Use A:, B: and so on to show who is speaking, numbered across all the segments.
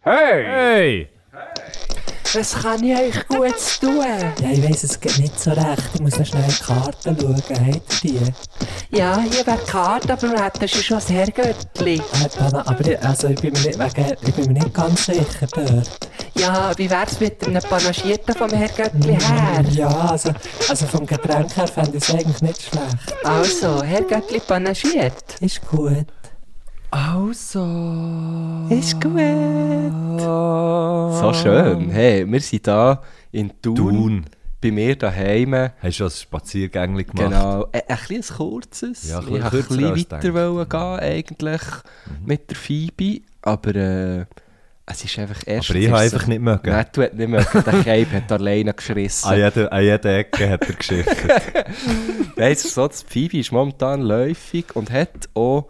A: Hey!
B: Hey!
C: Was kann ich euch gut tun?
D: Ja, ich weiss, es geht nicht so recht. Ich muss noch schnell in die Karten schauen. Habt ihr die?
C: Ja, hier wäre die Karte, aber das ist schon das Herrgöttli.
D: Äh, Dana, aber ich, also ich, bin mir nicht, wegen, ich bin mir nicht ganz sicher dort.
C: Ja, wie wär's mit einem Panagierten vom Herrgöttli her?
D: Ja, also, also vom Getränk her fände ich es eigentlich nicht schlecht.
C: Also, Herrgöttli panagiert.
D: Ist gut.
E: Also.
C: Ist gut.
E: So schön. Hey, wir sind da in Thun.
B: Thun.
E: Bei mir daheim.
B: Hast du ein Spaziergängli gemacht?
E: Genau. Ä- Ein bisschen ein kurzes.
B: Ja, ein bisschen
E: ich wollte ein
B: kürzer als
E: bisschen weiter
B: gedacht.
E: wollen gehen, eigentlich,
B: Mhm.
E: mit der Phoebe. Aber äh, es ist einfach erst.
B: Aber ich habe einfach nicht Ah, mögen.
E: Nein, du hättest nicht mögen. Der Cape hat alleine geschissen.
B: An jeder, an jeder Ecke hat er geschiffen.
E: Nein, es ist so, die Phoebe ist momentan läufig und hat auch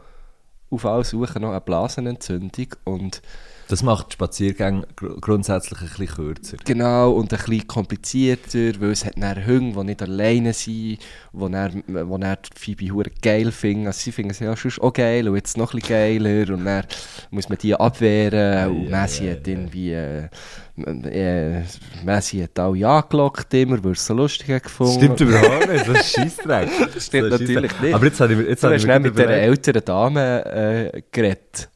E: auf allen Suchen noch eine Blasenentzündung. Und
B: Das macht die Spaziergänge gr grundsätzlich ein bisschen kürzer.
E: genau, und ein bisschen komplizierter, weil es hat dann Hunde, die nicht alleine sind, wo dann, wo dann die Phoebe hure geil finden. Also sie finden es ja sonst auch geil und jetzt noch ein bisschen geiler und dann muss man die abwehren und
B: Ja,
E: Messi hat irgendwie... Äh, äh, Messi hat alle angelockt immer, weil er es so lustig hat
B: Das
E: gefunden.
B: stimmt überhaupt nicht, das ist Scheissdreck. Das
E: stimmt
B: ist
E: natürlich
B: Scheissdreck.
E: nicht.
B: Aber jetzt habe ich, mir- jetzt
E: Du
B: habe ich
E: hast
B: mir gerade
E: dann mit dieser
B: überlegt,
E: älteren Dame äh, geredet.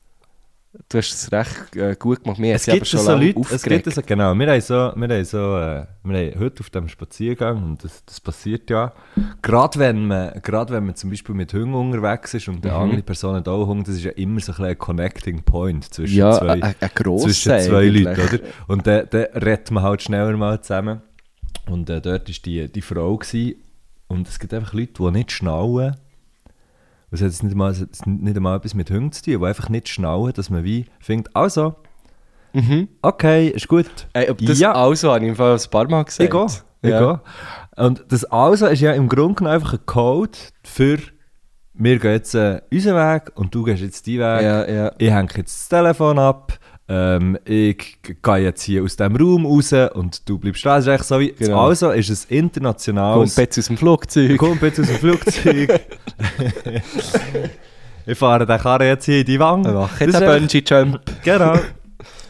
E: Du hast es recht äh, gut gemacht. Mir hat
B: Es
E: sie aber
B: gibt
E: schon
B: so
E: lange
B: Leute, es
E: aufgeregt.
B: gibt so, genau, wir haben so, wir haben so, äh, wir haben heute auf dem Spaziergang, und das, das passiert ja, gerade wenn man, gerade wenn man zum Beispiel mit Hunden unterwegs ist
E: Mhm.
B: und die andere Person hat auch Hunger, das ist ja immer so ein bisschen ein Connecting Point zwischen
E: ja, äh,
B: zwei,
E: ein, ein grosser
B: zwischen zwei
E: eigentlich.
B: Leuten, oder? Und dann, dann redet man halt schneller mal zusammen. Und äh, dort war die, die Frau. Gewesen. Und es gibt einfach Leute, die nicht schnallen. Es hat jetzt nicht einmal, es hat jetzt nicht einmal etwas mit Hunden zu tun, die einfach nicht schnallen, dass man wie findet, also,
E: Mhm.
B: okay, ist gut.
E: Ey, ob das
B: ja,
E: also, habe ich im Fall ein paar Mal gesagt.
B: ich gehe. Ich
E: Ja.
B: gehe. Und das also ist ja im Grunde genommen einfach ein Code für wir gehen jetzt äh, unseren Weg und du gehst jetzt deinen Weg.
E: Ja, ja.
B: Ich hänge jetzt das Telefon ab. Ähm, ich g- gehe jetzt hier aus dem Raum raus und du bleibst da. Das ist eigentlich so wie,
E: Genau.
B: Also ist es international.
E: Kommt jetzt aus dem Flugzeug.
B: Kommt jetzt aus dem Flugzeug. ich fahre den Karren jetzt hier in die Wange.
E: Mach
B: Das
E: jetzt
B: ist
E: einen
B: einfach-
E: Bungee-Jump.
B: Genau.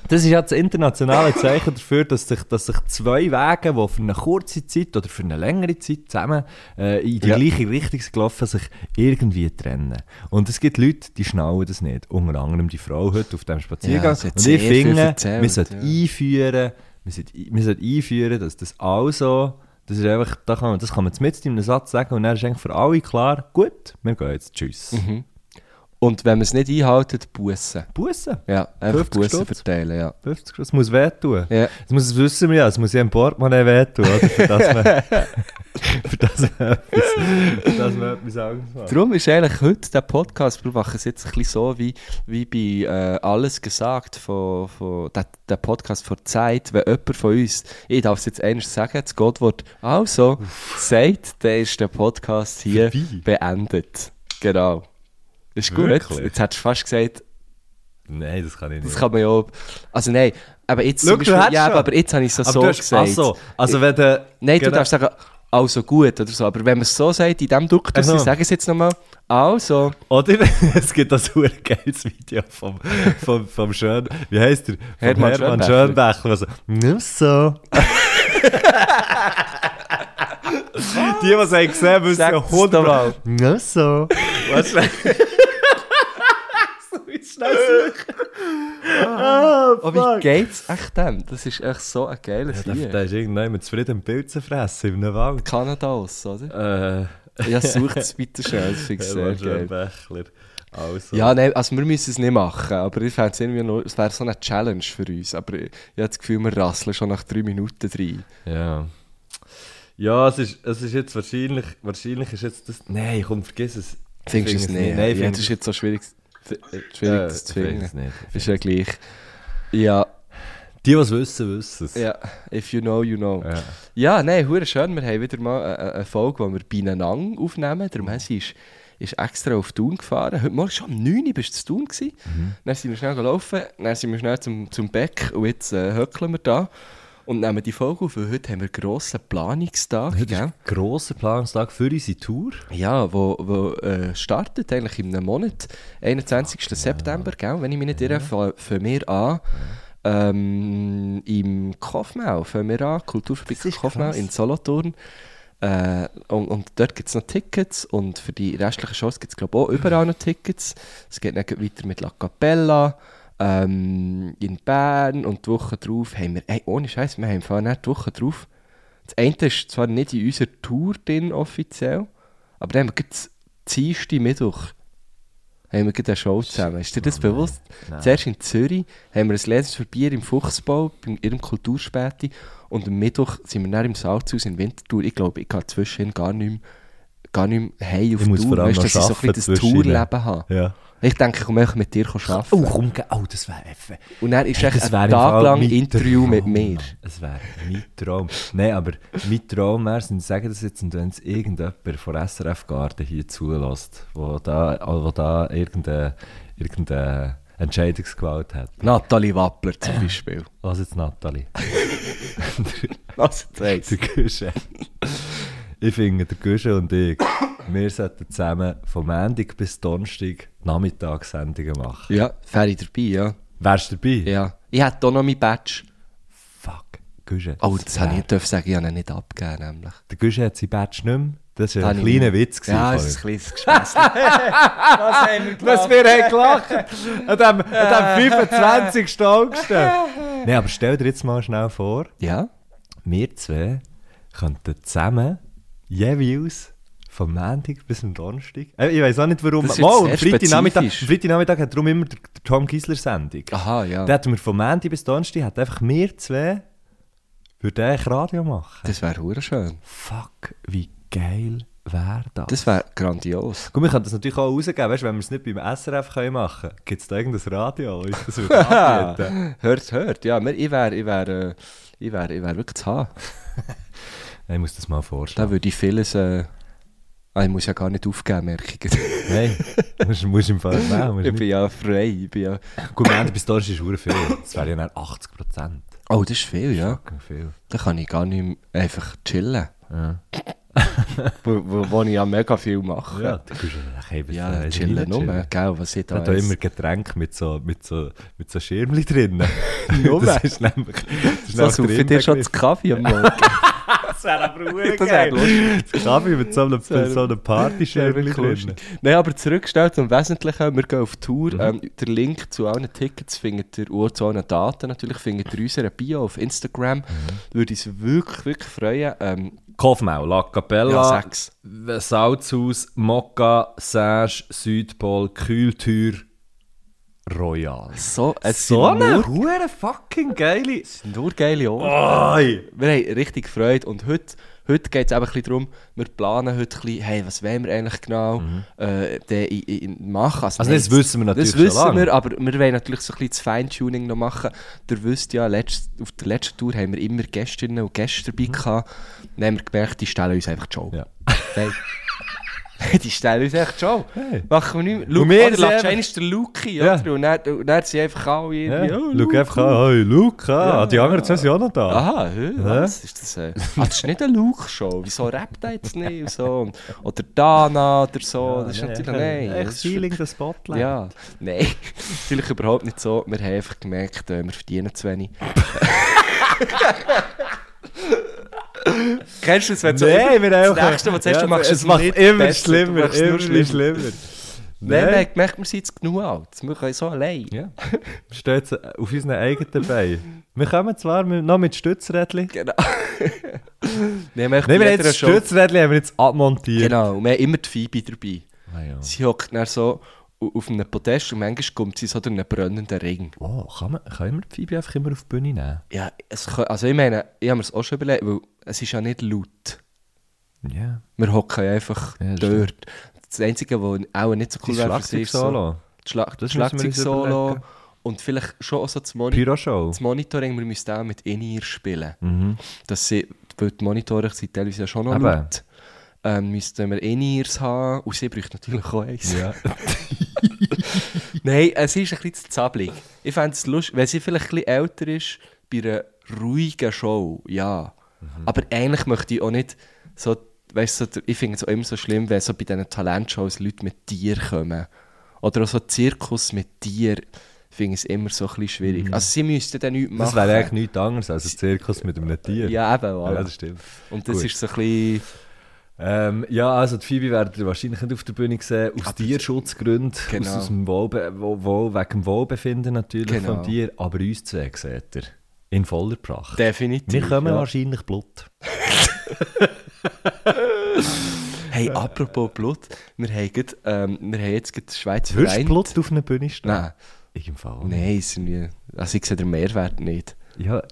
B: Das ist ja das internationale Zeichen dafür, dass sich, dass sich zwei Wege, die für eine kurze Zeit oder für eine längere Zeit zusammen äh, in die
E: Ja.
B: gleiche Richtung sind gelaufen, sich irgendwie trennen. Und es gibt Leute, die schnallen das nicht. Unter anderem die Frau heute auf dem Spaziergang.
E: Ja, sie hat
B: Und
E: sehr
B: ich
E: viel
B: finde,
E: erzählt,
B: wir sollten
E: ja.
B: einführen, wir sollten, ein- wir sollten einführen, dass das also, das ist einfach, da kann man, das kann man jetzt mit in einem Satz sagen und dann ist eigentlich für alle klar, gut, wir gehen jetzt, tschüss.
E: Mhm. Und wenn man es nicht einhaltet, bussen.
B: Bussen.
E: Ja, einfach
B: 50
E: Bussen
B: Stutz.
E: verteilen, ja.
B: 50 Grad, es muss wehtun.
E: Ja.
B: Es muss, das wissen wir ja, es muss ja im Portemonnaie wehtun, oder? Für das man, für das man, etwas- für das man etwas Angst macht.
E: Darum ist eigentlich heute der Podcast, wir machen es jetzt ein bisschen so, wie, wie bei äh, «Alles gesagt», von, von, der, der Podcast von «Zeit», wenn jemand von uns, ich darf es jetzt eines sagen, das Gottwort «Also» sagt, dann ist der Podcast hier
B: Vorbei.
E: beendet. Genau. Ist gut.
B: Wirklich?
E: Jetzt hättest du fast gesagt,
B: Nein, das kann ich nicht.
E: das kann man ja auch... Also nein, aber jetzt
B: Schau, du hättest
E: ja,
B: schon.
E: aber jetzt habe ich es so,
B: Aber
E: so
B: du hast-
E: gesagt.
B: Ach so, also wenn der...
E: Nein, du
B: genau-
E: darfst sagen, also gut oder so. Aber wenn man es so sagt, in dem Duktus,
B: Aha.
E: ich sage es jetzt nochmal, also...
B: Oder es gibt das super geiles Video vom, vom, vom Schön... Wie heisst der? Vom
E: Hermann Schönbächler.
B: Schönbächler. Also, nimm so. Die, die es haben gesehen, wissen
E: Sag's doch
B: 100
E: mal.
B: Nimm so. Weißt du?
E: Aber wie geht's echt dem? Das ist echt so ein geiles
B: Da,
E: Lied.
B: da ist irgendjemand zufrieden, Pilze zu fressen im Wald.
E: Kanada aus, oder?
B: Äh,
E: Ja, sucht es bitte schnell, das finde ich sehr
B: Hermann
E: geil.
B: Schönbächler. Also.
E: Ja, nein, also wir müssen es nicht machen, aber ich fände es irgendwie nur, es wäre so eine Challenge für uns, aber ich, ich habe das Gefühl, wir rasseln schon nach drei Minuten rein.
B: Ja. Ja, es ist, es ist jetzt wahrscheinlich, wahrscheinlich ist jetzt das, nein, komm, vergiss es. Ich
E: Findest du
B: finde
E: es
B: Nein,
E: nicht? Nein,
B: ich
E: ja,
B: finde
E: das
B: es
E: ist jetzt so schwierig, äh, schwierig
B: Ja,
E: das zu
B: ich finde es
E: finden.
B: nicht.
E: Ist ja gleich. Ja,
B: Die, die es wissen, wissen es.
E: ja, if you know, you know.
B: Ja.
E: Ja, nein, hure schön. Wir haben wieder mal eine- eine, eine Folge, die wir beieinander aufnehmen. Darum haben sie ist, ist extra auf Thun gefahren. Heute Morgen schon um 9 Uhr bist du zu Thun. gewesen.
B: Mhm.
E: Dann sind wir schnell gelaufen, dann sind wir schnell zum, zum Beck und jetzt äh, höckeln wir da und nehmen die Folge auf. weil Heute haben wir einen grossen Planungstag.
B: Heute ist
E: gell?
B: ein grosser Planungstag für unsere Tour.
E: Ja, wo, wo äh, startet eigentlich in einem Monat, 21. September, gell? wenn ich mich nicht irre, fa- fangen wir an. ähm, im Kaufmau, fangen wir an, Kulturfabrik Kaufmau in Solothurn. Äh, und, und dort gibt es noch Tickets und für die restlichen Shows gibt es glaube auch überall noch Tickets. Es geht dann gleich weiter mit La Capella ähm, in Bern und die Woche drauf haben wir, ey, ohne Scheiß, wir haben im Fall nicht die Woche drauf. Das eine ist zwar nicht in unserer Tour drin offiziell, aber dann haben wir gerade das Dienstag Mittwoch haben wir gerade eine Show zusammen. Ist dir das bewusst?
B: Ah, Nein.
E: Zuerst in Zürich haben wir ein Gläschen für Bier im Fuchsbau, bei ihrem Kulturspäti und am Mittwoch sind wir dann im Salzhaus in Winterthur. Ich glaube, ich kann zwischen gar nicht mehr, gar nicht mehr heim auf
B: Ich muss vor allem
E: Weißt du,
B: noch
E: dass ich so ein
B: arbeiten
E: bisschen das
B: zwischendrin.
E: Tourleben habe.
B: Ja.
E: Ich denke, ich komme einfach mit dir arbeiten.
B: Oh, komm, ge- oh, das wäre einfach.
E: Und dann ist
B: Hey,
E: echt
B: das wär
E: ein
B: im Fall
E: Tag lang
B: mein
E: Interview mit
B: Traum,
E: mir.
B: Mann. Es wäre mein Traum. Nein, aber mein Traum wäre es, und ich sage das jetzt, und wenn es irgendjemand von SRF Garden hier zulässt, wo da, wo da irgendeine, irgendeine Entscheidungsgewalt hat.
E: Nathalie Wappler
B: Äh.
E: zum Beispiel.
B: Was jetzt, Nathalie?
E: Was du weißt.
B: der Guschen. Ich finde, der Guschen und ich, wir sollten zusammen von Montag bis Donnerstag Nachmittagssendungen machen.
E: Ja, fähre ich dabei, ja.
B: Wärst du dabei?
E: ja. Ich hätte auch noch mein Badge.
B: Fuck, Guschen.
E: Oh, das habe ich darf sagen, ich habe ihn nicht abgegeben, nämlich.
B: Der Guschen hat sein Badge nicht mehr. Das war
E: Habe
B: ein
E: ich
B: kleiner
E: nicht.
B: Witz. gewesen
E: Ja,
B: von
E: es
B: mir.
E: ist ein kleines Gespenst.
B: Was wir haben gelacht an dem, an dem 25. August. Nein, aber stell dir jetzt mal schnell vor,
E: ja?
B: wir zwei könnten zusammen jeweils vom Montag bis zum Donnerstag. Äh, Ich weiß auch nicht warum.
E: Das ist
B: Mal,
E: jetzt
B: am
E: sehr
B: Freitagnachmittag, am
E: spezifisch.
B: Freitagnachmittag hat darum immer der, der Tom Giesler Sendung.
E: Aha, ja.
B: Da hatten wir vom Montag bis Donnerstag hat einfach wir zwei würden eigentlich Radio machen.
E: Das wäre hure schön.
B: Fuck, wie geil wäre das?
E: Das wäre grandios.
B: Gut, wir können das natürlich auch rausgeben, weißt, wenn wir es nicht beim SRF können machen können. Gibt es da irgendein Radio, das uns das würde anbieten?
E: Hört, hört. Ja, mir- ich wäre ich wär, äh, ich wär, ich wär wirklich zu haben.
B: Ich muss das mal
E: Da
B: vorstellen.
E: würde ich vieles... Äh, ah, ich muss ja gar nicht aufgeben, merke ich.
B: Nein, musst, musst im Fall nehmen. Musst
E: ich
B: nicht.
E: bin ja frei. Ich bin ja...
B: Gut, am Ende bis Donnerstag ist es viel. Das wäre ja dann 80 Prozent.
E: Oh, das ist viel, ja.
B: Viel.
E: Da kann ich gar nicht mehr einfach chillen. wo, wo, wo ich ja mega viel mache.
B: Ja, du kannst ja eben
E: Ja, chillen nur, gell, was ich
B: Da äh,
E: da
B: hat auch
E: weiss.
B: immer Getränke mit so, mit so, mit so Schirmchen drin.
E: Nur.
B: das ist nämlich... Das ist
E: So
B: nämlich
E: saufe
B: der
E: ich dir schon das
B: Inbegriff.
E: Kaffee am Morgen.
B: Das wäre aber verdammt
E: Das wäre
B: geil. Das Kaffee mit so einem, so
E: wäre-
B: einem
E: Sehr
B: Partyschirmchen
E: wirklich
B: drin.
E: lustig. Nein, aber zurückgestellt zum Wesentlichen. Wir gehen auf Tour.
B: Mhm.
E: Ähm, der Link zu allen Tickets findet ihr und zu allen Daten natürlich findet ihr in unserer Bio auf Instagram.
B: Mhm.
E: Würde uns wirklich, wirklich freuen. Ähm,
B: Kofmau, La
E: ja,
B: Capella,
E: sechs.
B: Salzhaus, Mokka, Sage, Südpol, Kühltür, Royal.
E: So, es
B: So
E: sind
B: eine
E: nur,
B: hure fucking geile...
E: es sind nur geile Orte.
B: Oi!
E: Wir haben richtig Freude und heute, heute geht es eben ein bisschen darum, wir planen heute ein bisschen, hey, was wollen wir eigentlich genau äh, der in, in machen.
B: Mhm. Also das
E: nein,
B: wissen wir natürlich
E: Das wissen
B: schon lange.
E: wir, aber wir wollen natürlich so ein bisschen das Feintuning noch machen. Ihr wisst ja, letzt, auf der letzten Tour haben wir immer Gästinnen und Gäste dabei gehabt. Dann haben wir gemerkt, die stellen uns einfach die Show.
B: Mhm. Ja.
E: Nein. die stellen uns echt die Show.
B: Hey.
E: Machen wir nicht mehr. Luke,
B: wir
E: oder
B: sind
E: latscht
B: einfach-
E: einmal der Luki,
B: Ja.
E: oder? Und dann, und dann sind einfach alle
B: Ja.
E: irgendwie... oh,
B: Schau einfach an, hey, Luca, die anderen zwei sind auch noch da.
E: Aha, hä, was ist das? Äh? Ah, das ist nicht eine Luke-Show. Wieso rappt er jetzt nicht? Und so. Und, oder Dana oder so. Oh, das ist natürlich. Nein. das ist-
B: das Spotlight.
E: Ja, nein. natürlich überhaupt nicht so. Wir haben einfach gemerkt, äh, wir verdienen zu wenig. Kennst du es, wenn du so.
B: Nein, wir haben
E: Das Nächste, was du hast, du machst
B: es
E: es
B: macht
E: nicht
B: immer
E: besser, du
B: schlimmer,
E: machst es
B: immer
E: nur
B: schlimmer.
E: schlimmer. Nein, wir haben gemerkt, wir sind jetzt genug alt. Wir können so allein.
B: Ja. Wir stehen jetzt auf unseren eigenen Beinen. Wir kommen zwar mit, noch mit Stützrädchen.
E: Genau. Nein, wir
B: Nein, wir
E: haben bei
B: haben
E: jeder
B: jetzt
E: Show-
B: Stützrädchen haben wir jetzt abmontiert.
E: Genau, und wir haben immer die Phoebe dabei.
B: Ah, ja.
E: Sie hockt dann so au- auf einem Podest und manchmal kommt sie so durch einen brennenden Ring.
B: Oh, kann man, kann man die Phoebe einfach immer auf die Bühne nehmen?
E: Ja, es kann, also ich meine, ich habe mir das auch schon überlegt, weil es ist ja nicht laut.
B: Ja.
E: Wir hocken ja einfach
B: Ja, das
E: dort. Das Einzige, was auch nicht so cool
B: Das
E: wäre für sie, ist so
B: Schlagzeug-Solo.
E: das Schla
B: Das
E: das
B: müssen wir uns
E: Schlagzeug-Solo
B: überlegen.
E: und vielleicht schon auch so das, Moni
B: Pyroshow.
E: das Monitoring, wir müssen auch mit In-Ear spielen. Dass sie, weil die Monitore sind teilweise ja schon noch
B: Mhm. Eben.
E: laut. Ähm, müssten wir In-Ears haben und sie bräuchte natürlich auch eins.
B: Ja.
E: Nein, es ist ein bisschen zu zappelig. Ich fände es lustig, wenn sie vielleicht ein bisschen älter ist, bei einer ruhigen Show, ja.
B: Mhm.
E: Aber eigentlich möchte ich auch nicht so, weißt du, so- ich finde es auch immer so schlimm, wenn so bei diesen Talentshows Leute mit Tieren kommen. Oder auch so Zirkus mit Tieren. finde ich es immer so ein bisschen schwierig. Also sie müssten dann nichts machen.
B: Mhm. Das wäre eigentlich nichts anderes als ein Zirkus mit einem Tier.
E: Ja, eben. voilà.
B: Ja, das stimmt.
E: Und das
B: Gut.
E: ist so ein bisschen...
B: Ähm, ja, also die Phoebe werdet ihr wahrscheinlich nicht auf der Bühne sehen, aus Tierschutzgründen,
E: Genau.
B: aus, aus dem Wohlbe wo, wo, wegen dem Wohlbefinden natürlich
E: Genau.
B: vom Tier, aber uns zwei seht ihr in voller Pracht.
E: Definitiv.
B: Wir kommen
E: ja.
B: wahrscheinlich Blut. äh,
E: Hey, apropos Blut. Wir haben, grad, ähm, wir haben jetzt gerade die Schweiz
B: Würdest du
E: vereint.
B: Blut auf einer Bühne stehen?
E: Nein,
B: Ich im Fall.
E: nein, ist irgendwie... Also ich sehe den Mehrwert nicht.
B: Ja,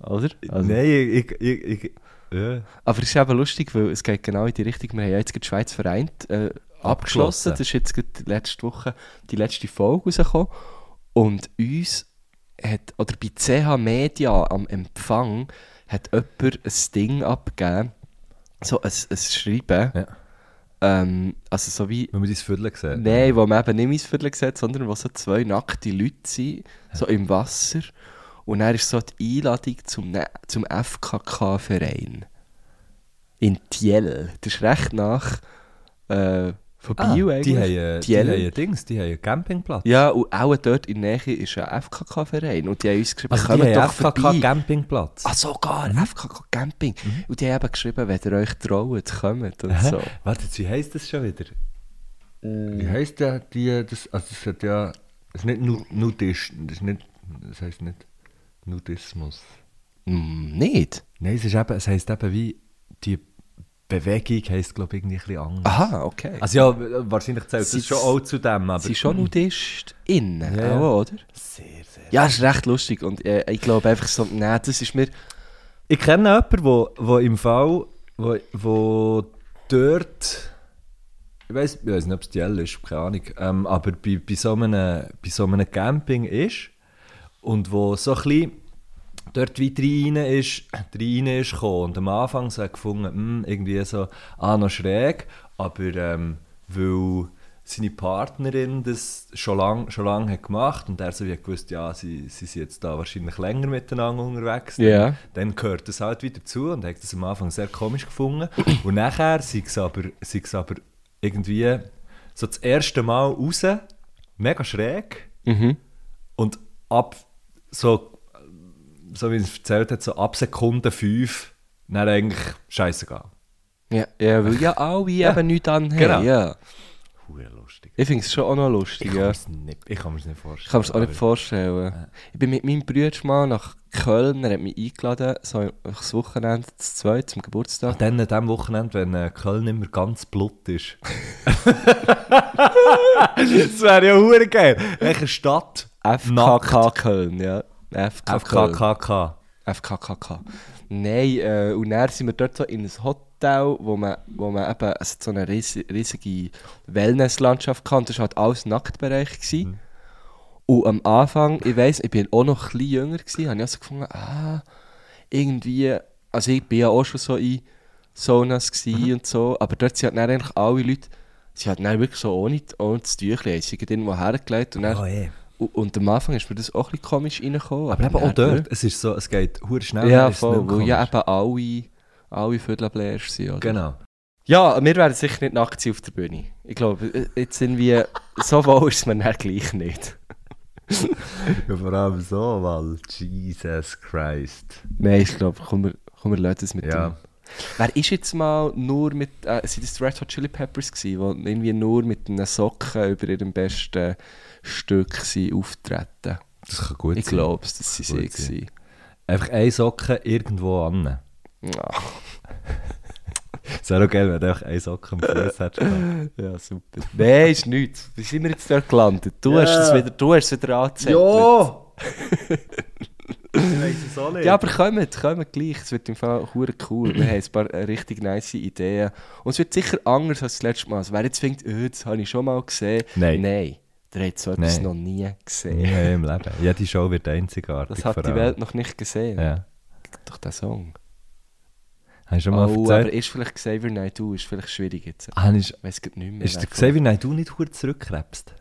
E: Oder? Also-
B: nein, ich... ich, ich, ich ja.
E: Aber es ist eben lustig, weil es geht genau in die Richtung. Wir haben ja jetzt gerade die Schweiz vereint äh, abgeschlossen.
B: Abgeschlossen.
E: Das ist jetzt gerade letzte Woche die letzte Folge rausgekommen. Und uns hat, oder bei CH Media am Empfang, hat jemand ein Ding abgegeben. So ein, ein Schreiben.
B: Ja.
E: Ähm, also so wie
B: Wenn wir dein Viertel ne? sehen.
E: Nein, wo man eben nicht ins Viertel sieht, sondern wo so zwei nackte Leute sind, so im Wasser. Und dann ist so die Einladung zum, Ne- zum FKK-Verein. In Tiel. Das ist recht nach äh, von
B: Ah,
E: Bio
B: die
E: eigentlich.
B: haben, äh, die
E: Tiel.
B: haben äh, Dings, die haben einen Campingplatz.
E: ja, und auch dort in der Nähe ist ein FKK-Verein. Und die haben uns geschrieben,
B: Also
E: kommt
B: die
E: doch
B: haben FKK
E: vorbei.
B: Campingplatz.
E: Ah, sogar, FKK Camping. Und die haben eben geschrieben, wenn ihr euch traut, kommt und
B: Mhm. Hä?
E: so.
B: Warte, jetzt, wie heisst das schon wieder? Wie heisst der, die, das, also das hat ja, das ist nicht Nu- Nudist, das, ist nicht, das heisst nicht Nudismus.
E: Hm, nicht?
B: Nein, es, ist eben, es heisst eben wie, die Bewegung heisst glaube ich irgendwie ein bisschen anders.
E: Aha, okay.
B: Also ja, wahrscheinlich zählt
E: Ah. Sie-
B: das schon auch zu dem, aber...
E: Sie sind schon NudistInnen,
B: Ja, ja.
E: auch, oder?
B: Sehr, sehr.
E: Ja, ist recht lustig. Und äh, ich glaube einfach so, nein, das ist mir.
B: Ich kenne jemanden, wo, wo im Fall, wo, wo dort, ich weiß ich weiss nicht, ob es die L ist, keine Ahnung, ähm, aber bei, bei, so einem, bei so einem Camping ist und wo so ein bisschen dort wie rein ist, rein ist gekommen. und am Anfang so hat gefunden, hm, irgendwie so, ah, noch schräg, aber ähm, weil seine Partnerin das schon lange schon lang hat gemacht und er so wie gewusst, ja, sie, sie sind jetzt da wahrscheinlich länger miteinander unterwegs,
E: Ja.
B: dann gehört das halt wieder zu und hat das am Anfang sehr komisch gefunden. Und nachher sei es aber, sei es aber irgendwie so das erste Mal raus, mega schräg
E: Mhm.
B: und ab so, so wie es erzählt hat, so ab Sekunde 5, dann eigentlich scheißegal.
E: Ja, ja weil ja alle eben nichts anhaben.
B: genau.
E: Ja.
B: Huere lustig.
E: Ich finde es schon auch noch
B: Ich
E: lustig.
B: kann
E: ja.
B: mir's nicht, ich kann mir es nicht vorstellen.
E: Ich kann mir das auch nicht vorstellen. Ich bin mit meinem Bruder mal nach Köln, er hat mich eingeladen, so das Wochenende, das zweite, zum Geburtstag.
B: Dann an diesem Wochenende, wenn äh, Köln immer ganz blut ist. das wäre ja hure geil. Welche Stadt?
E: FKK Köln, ja. FKK. Köln.
B: FKKK.
E: FKKK. Nein, äh, und dann sind wir dort so in ein Hotel, wo man, wo man eben also so eine ries riesige Wellnesslandschaft kann. Das war halt alles Nacktbereich. Gewesen.
B: Mhm.
E: Und am Anfang, ich weiss, ich bin auch noch ein bisschen jünger, gewesen, habe ich auch so gefunden, ah, irgendwie, also ich bin ja auch schon so in Saunas gsi
B: Mhm.
E: und so, aber dort sind halt dann eigentlich alle Leute, sie hatten dann wirklich so ohne, ohne das Tüchlein, haben sie sind irgendwo hergelegt und, dann,
B: Oh, eh.
E: und, und am Anfang ist mir das auch ein bisschen komisch reingekommen.
B: Aber eben auch
E: dann-
B: dort. Es, ist so, es geht hure schnell.
E: ja,
B: dann ist es nicht
E: voll,
B: mehr
E: weil ja
B: komisch.
E: eben alle, alle Viertelbläser sind, oder?
B: Genau.
E: Ja, wir werden sicher nicht nackt sein auf der Bühne. Ich glaube, äh, jetzt sind wir... So wohl ist es mir dann gleich nicht.
B: Ja, vor allem so, weil Jesus Christ.
E: Nein, ich glaube, komm, wir, komm, wir lassen es mit
B: Ja.
E: dem... Wer ist jetzt mal nur mit... Äh, sind das die Red Hot Chili Peppers gewesen, die irgendwie nur mit einer Socke über ihrem besten Stück sind auftreten?
B: Das kann gut
E: Ich
B: sein.
E: glaube es, das waren
B: Gut
E: sie.
B: sein. Einfach eine Socke irgendwo an.
E: gewesen. Ah,
B: Es wäre auch geil, wenn du einfach eine Socke am Fuß hättest.
E: ja, super. Nein, ist nichts. Wie sind wir jetzt dort gelandet? Du hast es wieder, du hast es wieder angezettelt.
B: Ich weiß es auch nicht.
E: Ja, aber kommt, kommt gleich. Es wird im Fall hure cool. Wir haben ein paar äh, richtig nice Ideen. Und es wird sicher anders als das letzte Mal. Also, wer jetzt denkt, oh, das habe ich schon mal gesehen.
B: Nein.
E: Nein. Der hat so etwas
B: Nein.
E: noch nie gesehen.
B: Nie im Leben. Jede Show wird einzigartig.
E: Das hat
B: vor
E: die
B: allem.
E: Welt noch nicht gesehen.
B: Ja.
E: Doch der Song.
B: Hast du schon mal
E: Oh, aber
B: erzählt?
E: ist vielleicht Xavier Naidoo, ist vielleicht schwierig jetzt.
B: Ah, ist,
E: Ich weiß nicht mehr.
B: ist
E: wer
B: der
E: von-
B: gesehen, wie nein, du nicht gut zurückkrebst?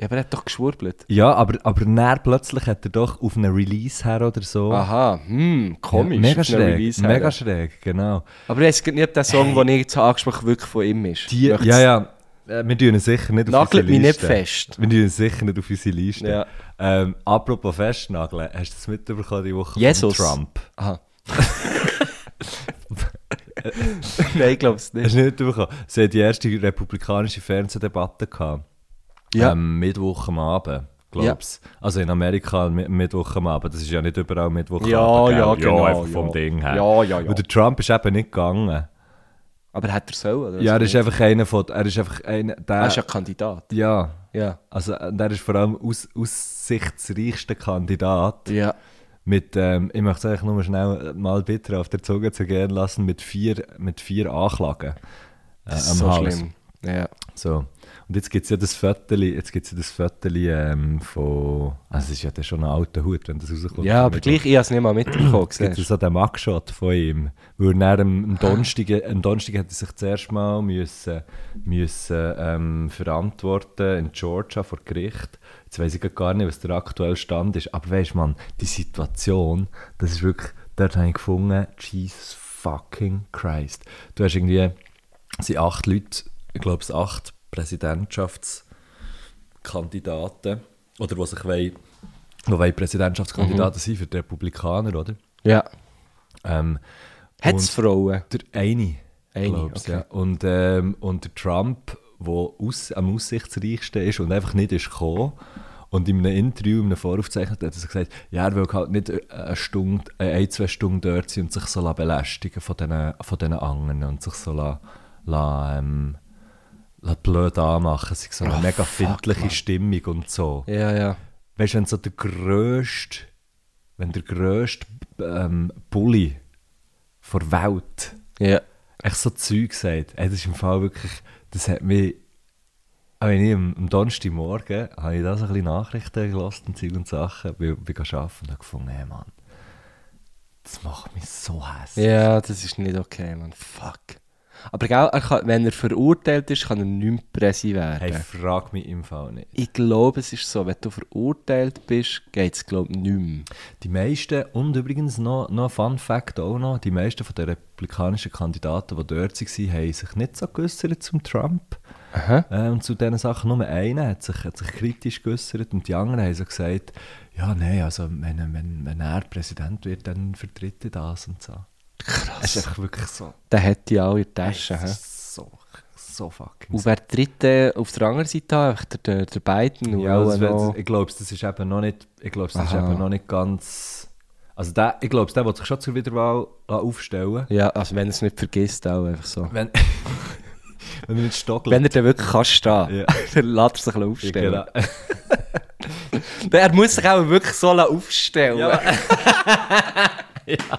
E: Ja, aber er hat doch geschwurbelt.
B: Ja, aber, aber dann plötzlich hat er doch auf einen Release her oder so.
E: Aha, hm, komisch.
B: Oh. Ja, mega
E: auf einer
B: schräg.
E: Release
B: Mega
E: her.
B: schräg, genau.
E: Aber ich weiß nicht, ob der Song, den ich jetzt angesprochen habe, wirklich von ihm ist.
B: Die,
E: Möcht's-
B: ja, ja. Äh, wir tun ihn sicher nicht auf
E: Nagelt
B: unsere
E: mich nicht
B: Liste.
E: fest.
B: Wir tun ihn sicher nicht auf unsere Liste.
E: Ja.
B: Ähm, apropos festnageln, hast du das mitbekommen die Woche
E: Jesus.
B: von Trump?
E: Aha. Nein, ich glaube es
B: Hast
E: nicht.
B: du nicht mitbekommen? Sie hat die erste republikanische Fernsehdebatte gehabt. Ähm, Mittwoch am Abend,
E: Ja.
B: glaube ich. Also in Amerika mi- Mittwoch am Abend. Das ist ja nicht überall Mittwoch am
E: Ja,
B: Abend.
E: ja,
B: gell?
E: genau,
B: Ja, einfach vom
E: ja.
B: Ding her.
E: Ja, ja, ja.
B: Und der Trump ist eben nicht gegangen.
E: Aber hat er so, oder?
B: Ja, er ist
E: Also,
B: einfach einer von... Er ist einfach einer... Der,
E: Er ist ja Kandidat.
B: ja.
E: Ja.
B: Also äh, der ist vor allem aus, aussichtsreichster Kandidat.
E: Ja.
B: Mit, ähm, ich möchte es eigentlich nur schnell äh, mal bitte auf der Zunge zu gehen lassen, mit vier, mit vier Anklagen äh,
E: Das
B: am
E: ist so
B: Hals.
E: schlimm. Ja.
B: So. Und jetzt gibt es ja das Viertel, jetzt gibt's ja das Viertel ähm, von. Also, es ist ja dann schon ein alter Hut, wenn das rauskommt.
E: ja, aber gleich, ich habe es nicht mal mitbekommen.
B: Gibt es
E: siehst du.
B: so den Mugshot von ihm? Weil er am, am Donnerstag, am Donnerstag hat er sich zuerst mal müssen, müssen, ähm, verantworten in Georgia vor Gericht. Jetzt weiß ich grad gar nicht, was der aktuelle Stand ist. Aber weißt man, die Situation, das ist wirklich, dort habe ich gefunden, Jesus fucking Christ. Du hast irgendwie, es sind acht Leute, ich glaube es sind acht Präsidentschaftskandidaten, oder die sich wollen, die wollen Präsidentschaftskandidaten sein
E: Mhm.
B: für die Republikaner, oder?
E: Ja.
B: Ähm,
E: Hat es Frauen?
B: der eine,
E: Eine,
B: glaub's,
E: okay.
B: ja. Und, ähm, und der Trump, der aus, am aussichtsreichsten ist und einfach nicht ist gekommen. Und in einem Interview, in einem Voraufzeichnet, hat er so gesagt, ja, er will halt nicht äh, eine Stunde, äh, ein, zwei Stunden dort sein und sich so la belästigen von diesen von diesen anderen und sich so la, la, ähm, la blöd anmachen. Es ist so eine mega findliche Stimmung und so
E: Ah, Ja, ja.
B: weißt du, wenn so der grösste, wenn der grösste ähm, Bully der Welt
E: Ja.
B: echt so Zeug sagt, ey, das ist im Fall wirklich, das hat mich, auch wenn ich am, am Donnerstagmorgen, habe ich da so ein bisschen Nachrichten gelassen und Zeug und Sachen, bin, bin gegangen arbeiten und habe gefunden, ey Mann, das macht mich so hässlich.
E: Ja, das ist nicht okay, man. Fuck. Aber gell, er kann, wenn er verurteilt ist, kann er nicht mehr Presse werden.
B: Hey, frag mich im Fall nicht.
E: Ich glaube, es ist so, wenn du verurteilt bist, geht es, glaube ich, nicht mehr.
B: Die meisten, und übrigens noch, noch ein Fun Fact auch noch, die meisten von den republikanischen Kandidaten, die dort waren, haben sich nicht so geäussert zum Trump.
E: Aha.
B: Äh, und zu diesen Sachen, nur einer hat sich, hat sich kritisch geäussert und die anderen haben so gesagt, ja, nein, also wenn, wenn, wenn er Präsident wird, dann vertritt er das und so. Es ist
E: Krass.
B: einfach wirklich so,
E: Der hat die alle in der Tasche. hä?
B: so, so fucking
E: Und wer dritte auf der anderen Seite hat, einfach der, der, der Biden.
B: Ja,
E: und
B: das
E: auch
B: wär-
E: noch-
B: ich glaube, das ist eben noch nicht, ich glaube, das ist
E: Aha.
B: eben noch nicht ganz, also der, ich glaube, der will sich schon zur Wiederwahl aufstellen.
E: ja, also wenn er es nicht vergisst, auch einfach so.
B: Wenn, wenn wir nicht stocken.
E: Wenn er dann wirklich kann stehen,
B: Ja.
E: dann lässt er sich ein bisschen aufstellen.
B: genau.
E: Er muss sich auch wirklich so aufstellen.
B: Ja.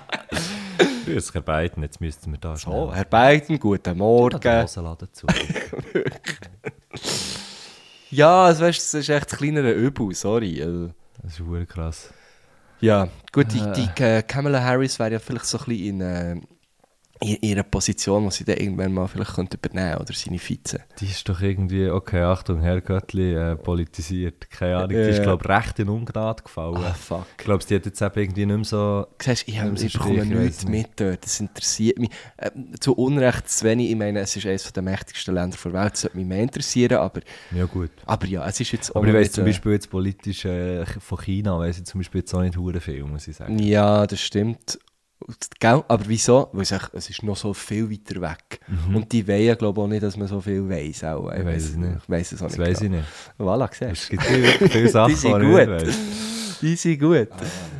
B: Grüß Herr Biden, jetzt müssten wir da
E: So, Herr Biden, guten Morgen.
B: Hosenladen zu.
E: Ja, also weißt, das ist echt das kleinere Übel, sorry. Also,
B: Das ist wirklich krass.
E: ja, gut, die, die äh, Kamala Harris wäre ja vielleicht so ein bisschen in, äh, in ihrer Position, die sie dann irgendwann mal vielleicht könnte übernehmen könnte, oder seine Vize.
B: Die ist doch irgendwie, okay, Achtung, Herr Göttli, äh, politisiert. Keine Ahnung, die
E: Ja.
B: ist, glaube ich, recht in Ungnade gefallen.
E: Ah, fuck.
B: Ich glaube, die hat jetzt eben irgendwie nicht mehr so...
E: Siehst, ich, habe-
B: Das ist
E: ich bekomme
B: schwierig, ich weiss
E: nichts
B: nicht.
E: mit dort, das interessiert mich. Ähm, zu Unrecht zu wenig, ich meine, es ist eines der mächtigsten Länder der Welt, das sollte mich mehr interessieren, aber,
B: Ja gut.
E: aber ja, es ist jetzt auch
B: Aber ich
E: noch
B: weiss
E: nicht,
B: zum
E: äh,
B: Beispiel jetzt politisch äh, von China, weiss ich zum Beispiel jetzt auch nicht hure viel, muss ich sagen.
E: Ja, das stimmt. Und, Gell? Aber wieso? Weil es, echt- es ist noch so viel weiter weg. Und die wollen ja, glaube ich, auch nicht, dass man so viel weiss. Auch.
B: Mhm. Ich weiss
E: weiss-
B: es nicht.
E: Ich weiss es auch
B: Das
E: nicht.
B: weiss ich nicht.
E: Voilà,
B: Es
E: siehst
B: gibt viele, viele Sachen,
E: Die sind
B: die ich nicht
E: gut.
B: weiss.
E: du. Die sind gut.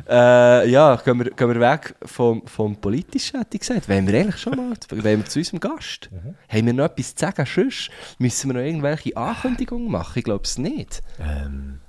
E: äh, Ah, ja, gehen wir, gehen wir weg vom, vom Politischen, hätte ich gesagt. Wollen wir eigentlich schon mal? wollen wir zu unserem Gast? Haben wir noch etwas zu sagen? Sonst müssen wir noch irgendwelche Ankündigungen machen? Ich glaube es nicht.
B: Ähm,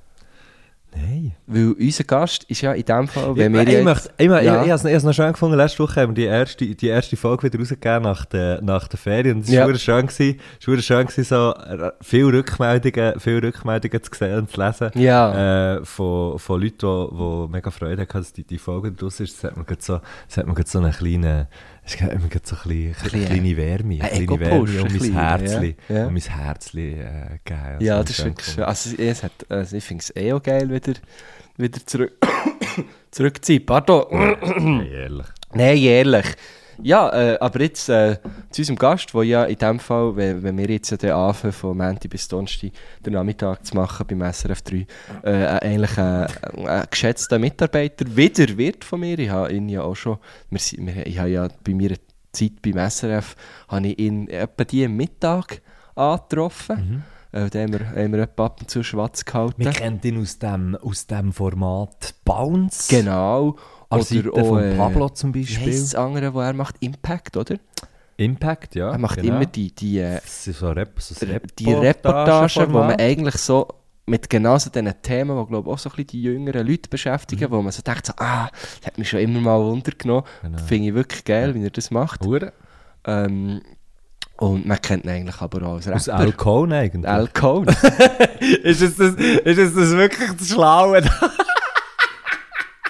B: nein.
E: Weil unser Gast ist ja in dem Fall,
B: Ich,
E: wenn wir
B: ich,
E: jetzt-
B: möchte, ich, mein,
E: Ja.
B: ich, ich habe es noch schön gefunden, letzte Woche haben wir die erste, die erste Folge wieder rausgegeben nach der, nach der Ferien und es
E: Ja.
B: war schön, gewesen, es war schön gewesen, so äh, viele Rückmeldungen, viele Rückmeldungen zu sehen und zu lesen
E: Ja.
B: äh, von, von Leuten, die, die mega Freude hatten, dass die, die Folge draus ist. Es hat mir gerade so, es hat mir gerade so eine kleine, es hat mir gerade so eine kleine,
E: Kleine-
B: kleine Wärme,
E: ein
B: eine kleine
E: Ego-Push,
B: Wärme um
E: ein
B: mein
E: kleiner,
B: Herzli,
E: ja. Ja.
B: um mein Herzli äh, gegeben. Also
E: Ja,
B: habe
E: das
B: ich
E: ist wirklich schön.
B: gefunden.
E: Also, es hat, also ich finde es eh auch geil, wieder, wieder zurück, zurück zu sein. Pardon.
B: Ehrlich.
E: Nein, ehrlich. Ja, äh, aber jetzt äh, zu unserem Gast, der ja in dem Fall, wenn, wenn wir jetzt ja den anfangen, von Montag bis Donnerstag den Nachmittag zu machen beim SRF 3, äh, äh, eigentlich ein, ein geschätzter Mitarbeiter wieder wird von mir. Ich habe ihn ja auch schon, wir, sind- wir, ich habe ja bei mir Zeit beim SRF, habe ich ihn etwa die am Mittag angetroffen.
B: Mhm.
E: Äh, da haben wir, haben wir etwa ab und zu schwarz gehalten.
B: Wir kennen ihn aus dem, aus dem Format Bounce.
E: Genau. äh,
B: An der Seite von Pablo zum
E: Wie
B: Beispiel.
E: heisst das andere, wo er macht? Impact, oder?
B: Impact, ja.
E: er macht
B: genau.
E: immer die, die, äh,
B: Das ist so Rep, so ein
E: die Reportagen, wo man
B: Reportageformat.
E: eigentlich so mit genau so diesen Themen, die glaube ich auch so ein bisschen die jüngeren Leute
B: Mhm.
E: beschäftigen, wo man so denkt, so, ah, das hat mich schon immer mal untergenommen.
B: Genau.
E: Finde ich wirklich geil, wie er das macht.
B: Hure.
E: Ähm, und man kennt ihn eigentlich aber auch als Rapper.
B: Aus Al Cohn eigentlich.
E: Al Cohn.
B: ist, es das, ist es das wirklich das Schlaue,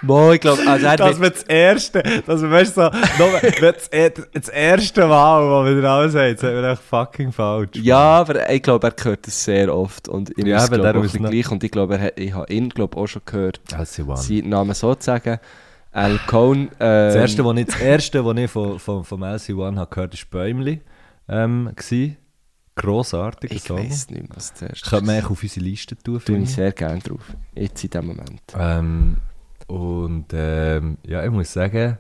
E: Mo, ich glaube, also er
B: dass
E: wird,
B: man das erste, dass man weißt, so, nur, wenn das, e- das erste Mal, wo man das alles sagt, sagt man echt fucking falsch.
E: ja, aber ich glaube, er hört das sehr oft und ich
B: Ja,
E: ja,
B: aber
E: glaube
B: der
E: auch ein
B: muss
E: bisschen
B: noch-
E: gleich und ich glaube, er hat, ich habe ihn glaube auch schon gehört,
B: Das ist das
E: seinen Namen so zu sagen. Al Cohn. Ähm,
B: erste, was ich, das erste, was ich von, von, von LC1 habe gehört habe, war Bäumli. Ähm, gsi. Grossartiger
E: ich
B: Song.
E: weiß nicht, was der erste
B: Könnte man eigentlich auf unsere Liste tun,
E: tue
B: finde
E: ich
B: ich.
E: sehr gerne drauf. Jetzt in dem Moment.
B: Ähm, und ähm, ja, ich muss sagen,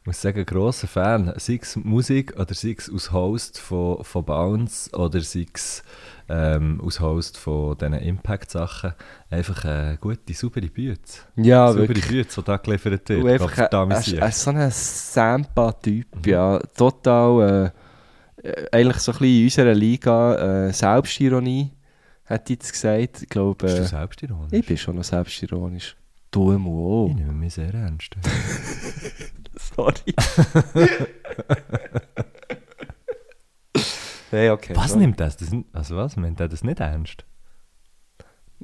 B: ich muss sagen, grosser Fan. Sei es Musik oder sei es als Host von, von Bounce oder sei es ähm, als Host von diesen Impact-Sachen. Einfach eine gute, saubere Bütze.
E: Ja,
B: saubere
E: Ah, wirklich.
B: Bütze, die da geliefert
E: Du
B: wird.
E: einfach ein,
B: Gottverdammt.
E: ein, ein, so ein Sampa-Typ,
B: Mhm.
E: ja. Total, äh, äh, eigentlich so ein bisschen in unserer Liga äh, Selbstironie, hätte ich jetzt gesagt. Ich glaube,
B: Bist du
E: äh,
B: selbst ironisch?
E: ich bin schon noch selbstironisch. Du im
B: Ich
E: Wow.
B: nehme mich sehr ernst.
E: Sorry. Hey, okay.
B: was
E: sorry.
B: nimmt das? das? Also was? Meint er das nicht ernst?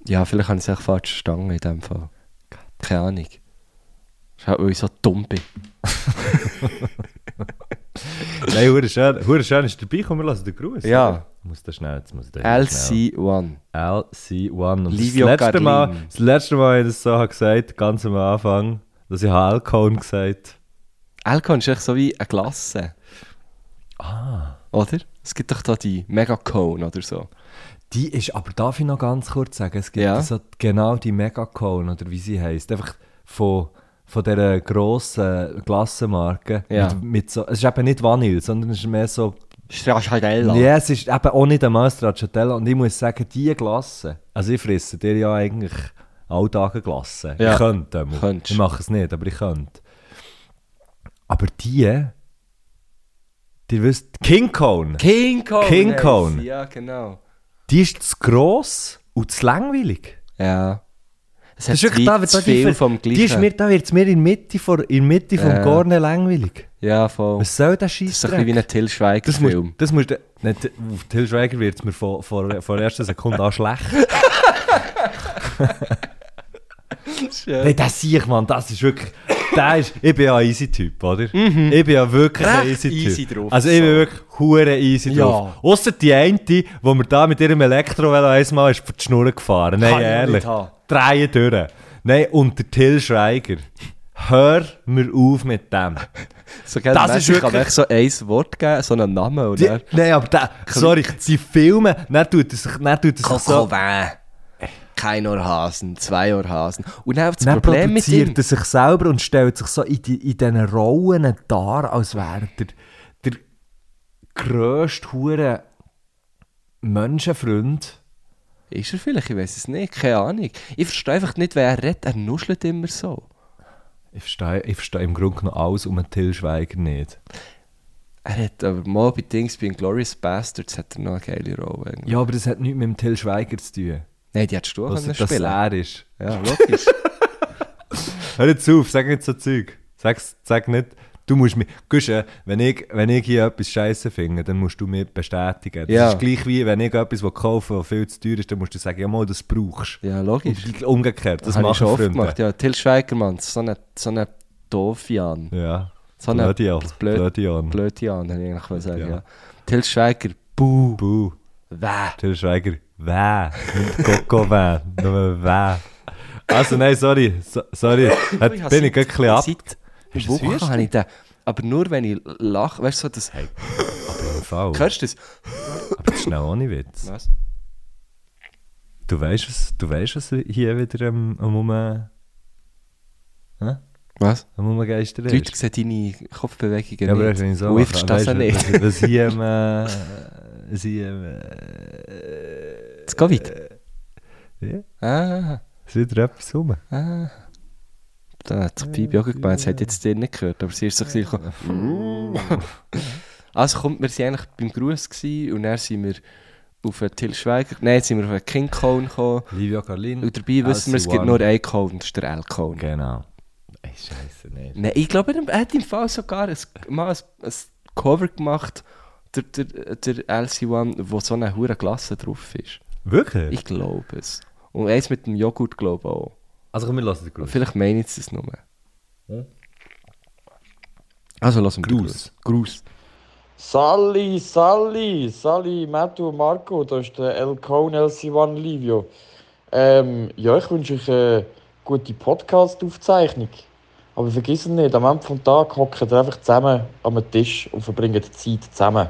E: Ja, vielleicht habe ich es echt falsch verstanden in dem Fall. Keine Ahnung. Das ist halt, weil ich so dumm bin.
B: Nein, hure schön, hure schön ist dabei. Komm, wir lassen den Gruß.
E: Ja.
B: oder? Muss da schnell, jetzt muss ich da schnell-
E: LC1.
B: LC1. Und
E: Livio
B: das, letzte
E: Carlin.
B: Mal, das letzte Mal, ich das so habe gesagt ganz am Anfang, dass ich habe Alkohol gesagt
E: Alkohol ist echt so wie eine Glasse. Ah. Oder? Es gibt doch da die Megacone oder so.
B: Die ist, aber darf ich noch ganz kurz sagen, es gibt
E: Ja.
B: so genau die Megacone, oder wie sie heisst, einfach von, von dieser grossen Glassenmarke.
E: Ja.
B: Mit, mit so, es ist eben nicht Vanille, sondern es ist mehr so...
E: Stracciatella.
B: Ja, es ist eben auch nicht einmal Stracciatella. Und ich muss sagen, die Glasse, also ich fresse dir ja eigentlich alle Tage Glasse.
E: Ja.
B: Ich könnte. einmal.
E: Könntest.
B: Ich mache es nicht, aber ich könnte. Aber die, die wisst, King Cone,
E: King Cone.
B: King
E: heisst
B: Cone.
E: sie, Ja, genau.
B: die ist zu gross und zu langweilig.
E: Ja. Es
B: Das
E: hat
B: ist wirklich da,
E: weit
B: da
E: zu
B: die,
E: viel
B: Ver-
E: vom Gleichen.
B: die ist mir, da wird es mir in der Mitte, vor, in der Mitte vom
E: Ja.
B: Gorne langweilig.
E: ja, voll. Das
B: Was soll das
E: ist so ein bisschen wie
B: Scheiß?
E: ein Till
B: Das musst
E: Schweiger-Film.
B: das musst du. Nicht, auf Till Schweiger wird es mir von, von, von der ersten Sekunde an schlecht. Nein, das sehe ich, Mann, das ist wirklich. Der ist, ich bin ja ein easy Typ, oder? Ich bin ja wirklich ein
E: Mhm. Recht
B: easy Typ.
E: easy drauf,
B: also ich bin
E: so.
B: wirklich hure easy
E: Ja.
B: drauf. Ausser die eine, die wir da mit ihrem Elektrovelo einmal ist vor die Schnur gefahren. Nein,
E: Kann ich
B: ehrlich.
E: nicht haben.
B: Drei durch. Nein, und der Till Schweiger. Hör mir auf mit dem.
E: So, gell,
B: Das
E: Messi
B: ist wirklich-
E: kann echt so ein Wort geben, so einen Namen. Und
B: Die,
E: dann-
B: nein, aber der, sorry, die Filme, dann tut es sich, dann tut es sich so,
E: Coquelin. Kein Ohrhasen, zwei Ohrhasen. Und dann das
B: dann
E: Problem mit ihm.
B: produziert er sich selber und stellt sich so in, die, in diesen Rollen dar, als wäre er der grösste Hure Menschenfreund.
E: Ist er vielleicht? Ich weiß es nicht. Keine Ahnung. Ich verstehe einfach nicht, wer er redet. Er nuschelt immer so.
B: Ich verstehe, ich verstehe im Grunde genommen alles um den Till Schweiger nicht.
E: Er hat aber mal bei Dings, bei Glorious Bastards, hat er noch eine geile Rolle. eigentlich.
B: Ja, aber das hat nichts mit dem Till Schweiger zu tun.
E: Nein, die hättest du auch
B: Was
E: können
B: das Ah.
E: spielen
B: er ist.
E: Ja, logisch.
B: Hör jetzt auf, sag nicht so Zeug. Sag's, sag nicht, du musst mir. Gusch, äh, wenn ich, wenn ich hier etwas Scheiße finde, dann musst du mir bestätigen. Das
E: Ja.
B: ist gleich wie, wenn ich etwas kaufe, was viel zu teuer ist, dann musst du sagen, ja, mal, das brauchst du.
E: ja, logisch.
B: Und Umgekehrt, das
E: Habe ich
B: machen
E: schon oft
B: Freunde.
E: gemacht. Ja, Till Schweigermann, so ein so eine Doofian.
B: Ja.
E: So eine
B: Blödian.
E: Blöd-
B: Blödian.
E: Blödian, hätte ich eigentlich mal sagen. Ja.
B: Ja.
E: Till Schweiger, buh,
B: Buh.
E: weh.
B: Till Schweiger, weh. Nicht Coco weh. Nur weh. Also, nein, sorry. So, sorry. Hat,
E: Ich habe
B: bin ich
E: seit-
B: gerade ein bisschen ab.
E: Seit
B: Hast du
E: Wochen
B: ein Hüstchen?
E: habe ich den, aber nur wenn ich lache, weißt du, so das.
B: Hey, aber im Fall.
E: Hörst du das?
B: Aber das ist noch ohne Witz.
E: Was?
B: Du weißt, was, du weißt, was hier wieder am, am, um, am
E: Was?
B: Umgeister
E: Die Leute
B: ist.
E: sehen deine Kopfbewegungen
B: Ja, aber das ist
E: nicht.
B: nicht so.
E: Und ich verstehe
B: Weißt
E: sie
B: du,
E: nicht.
B: Was, was hier am. Äh, sie am. Äh,
E: Jetzt geh weiter.
B: ja,
E: Ah,
B: es wird etwas rum.
E: ah. Da hat sich Bibi auch gemeint, sie hat jetzt den nicht gehört, aber sie ist so ein bisschen gekommen, Also kommt, wir waren eigentlich beim Gruß gewesen, und dann sind wir auf den Till Schweiger, nein, jetzt sind wir auf den King Cone gekommen
B: Livia Carlin.
E: und dabei wissen wir, es gibt nur e- einen Cone, das ist der L Cone.
B: Genau. Ey, Scheiße, nein.
E: Nein, ich glaube, er hat im Fall sogar ein, mal ein, ein Cover gemacht, der, der, der LC1, wo so eine hure Glasse drauf ist.
B: Wirklich?
E: Ich glaube es. Und eins mit dem Joghurt, glaube ich auch.
B: also, komm, wir lassen den Gruß.
E: Vielleicht meine ich es nur.
B: Hm?
E: Also lass uns
B: Gruß.
E: Gruß.
A: Sally, Sally, Sally, Matthew und Marco, das ist der El Cone LC1 Livio. Ähm, ja, ich wünsche euch eine gute Podcast-Aufzeichnung. Aber vergiss nicht, am Ende des Tages hocken ihr einfach zusammen am Tisch und verbringen die Zeit zusammen.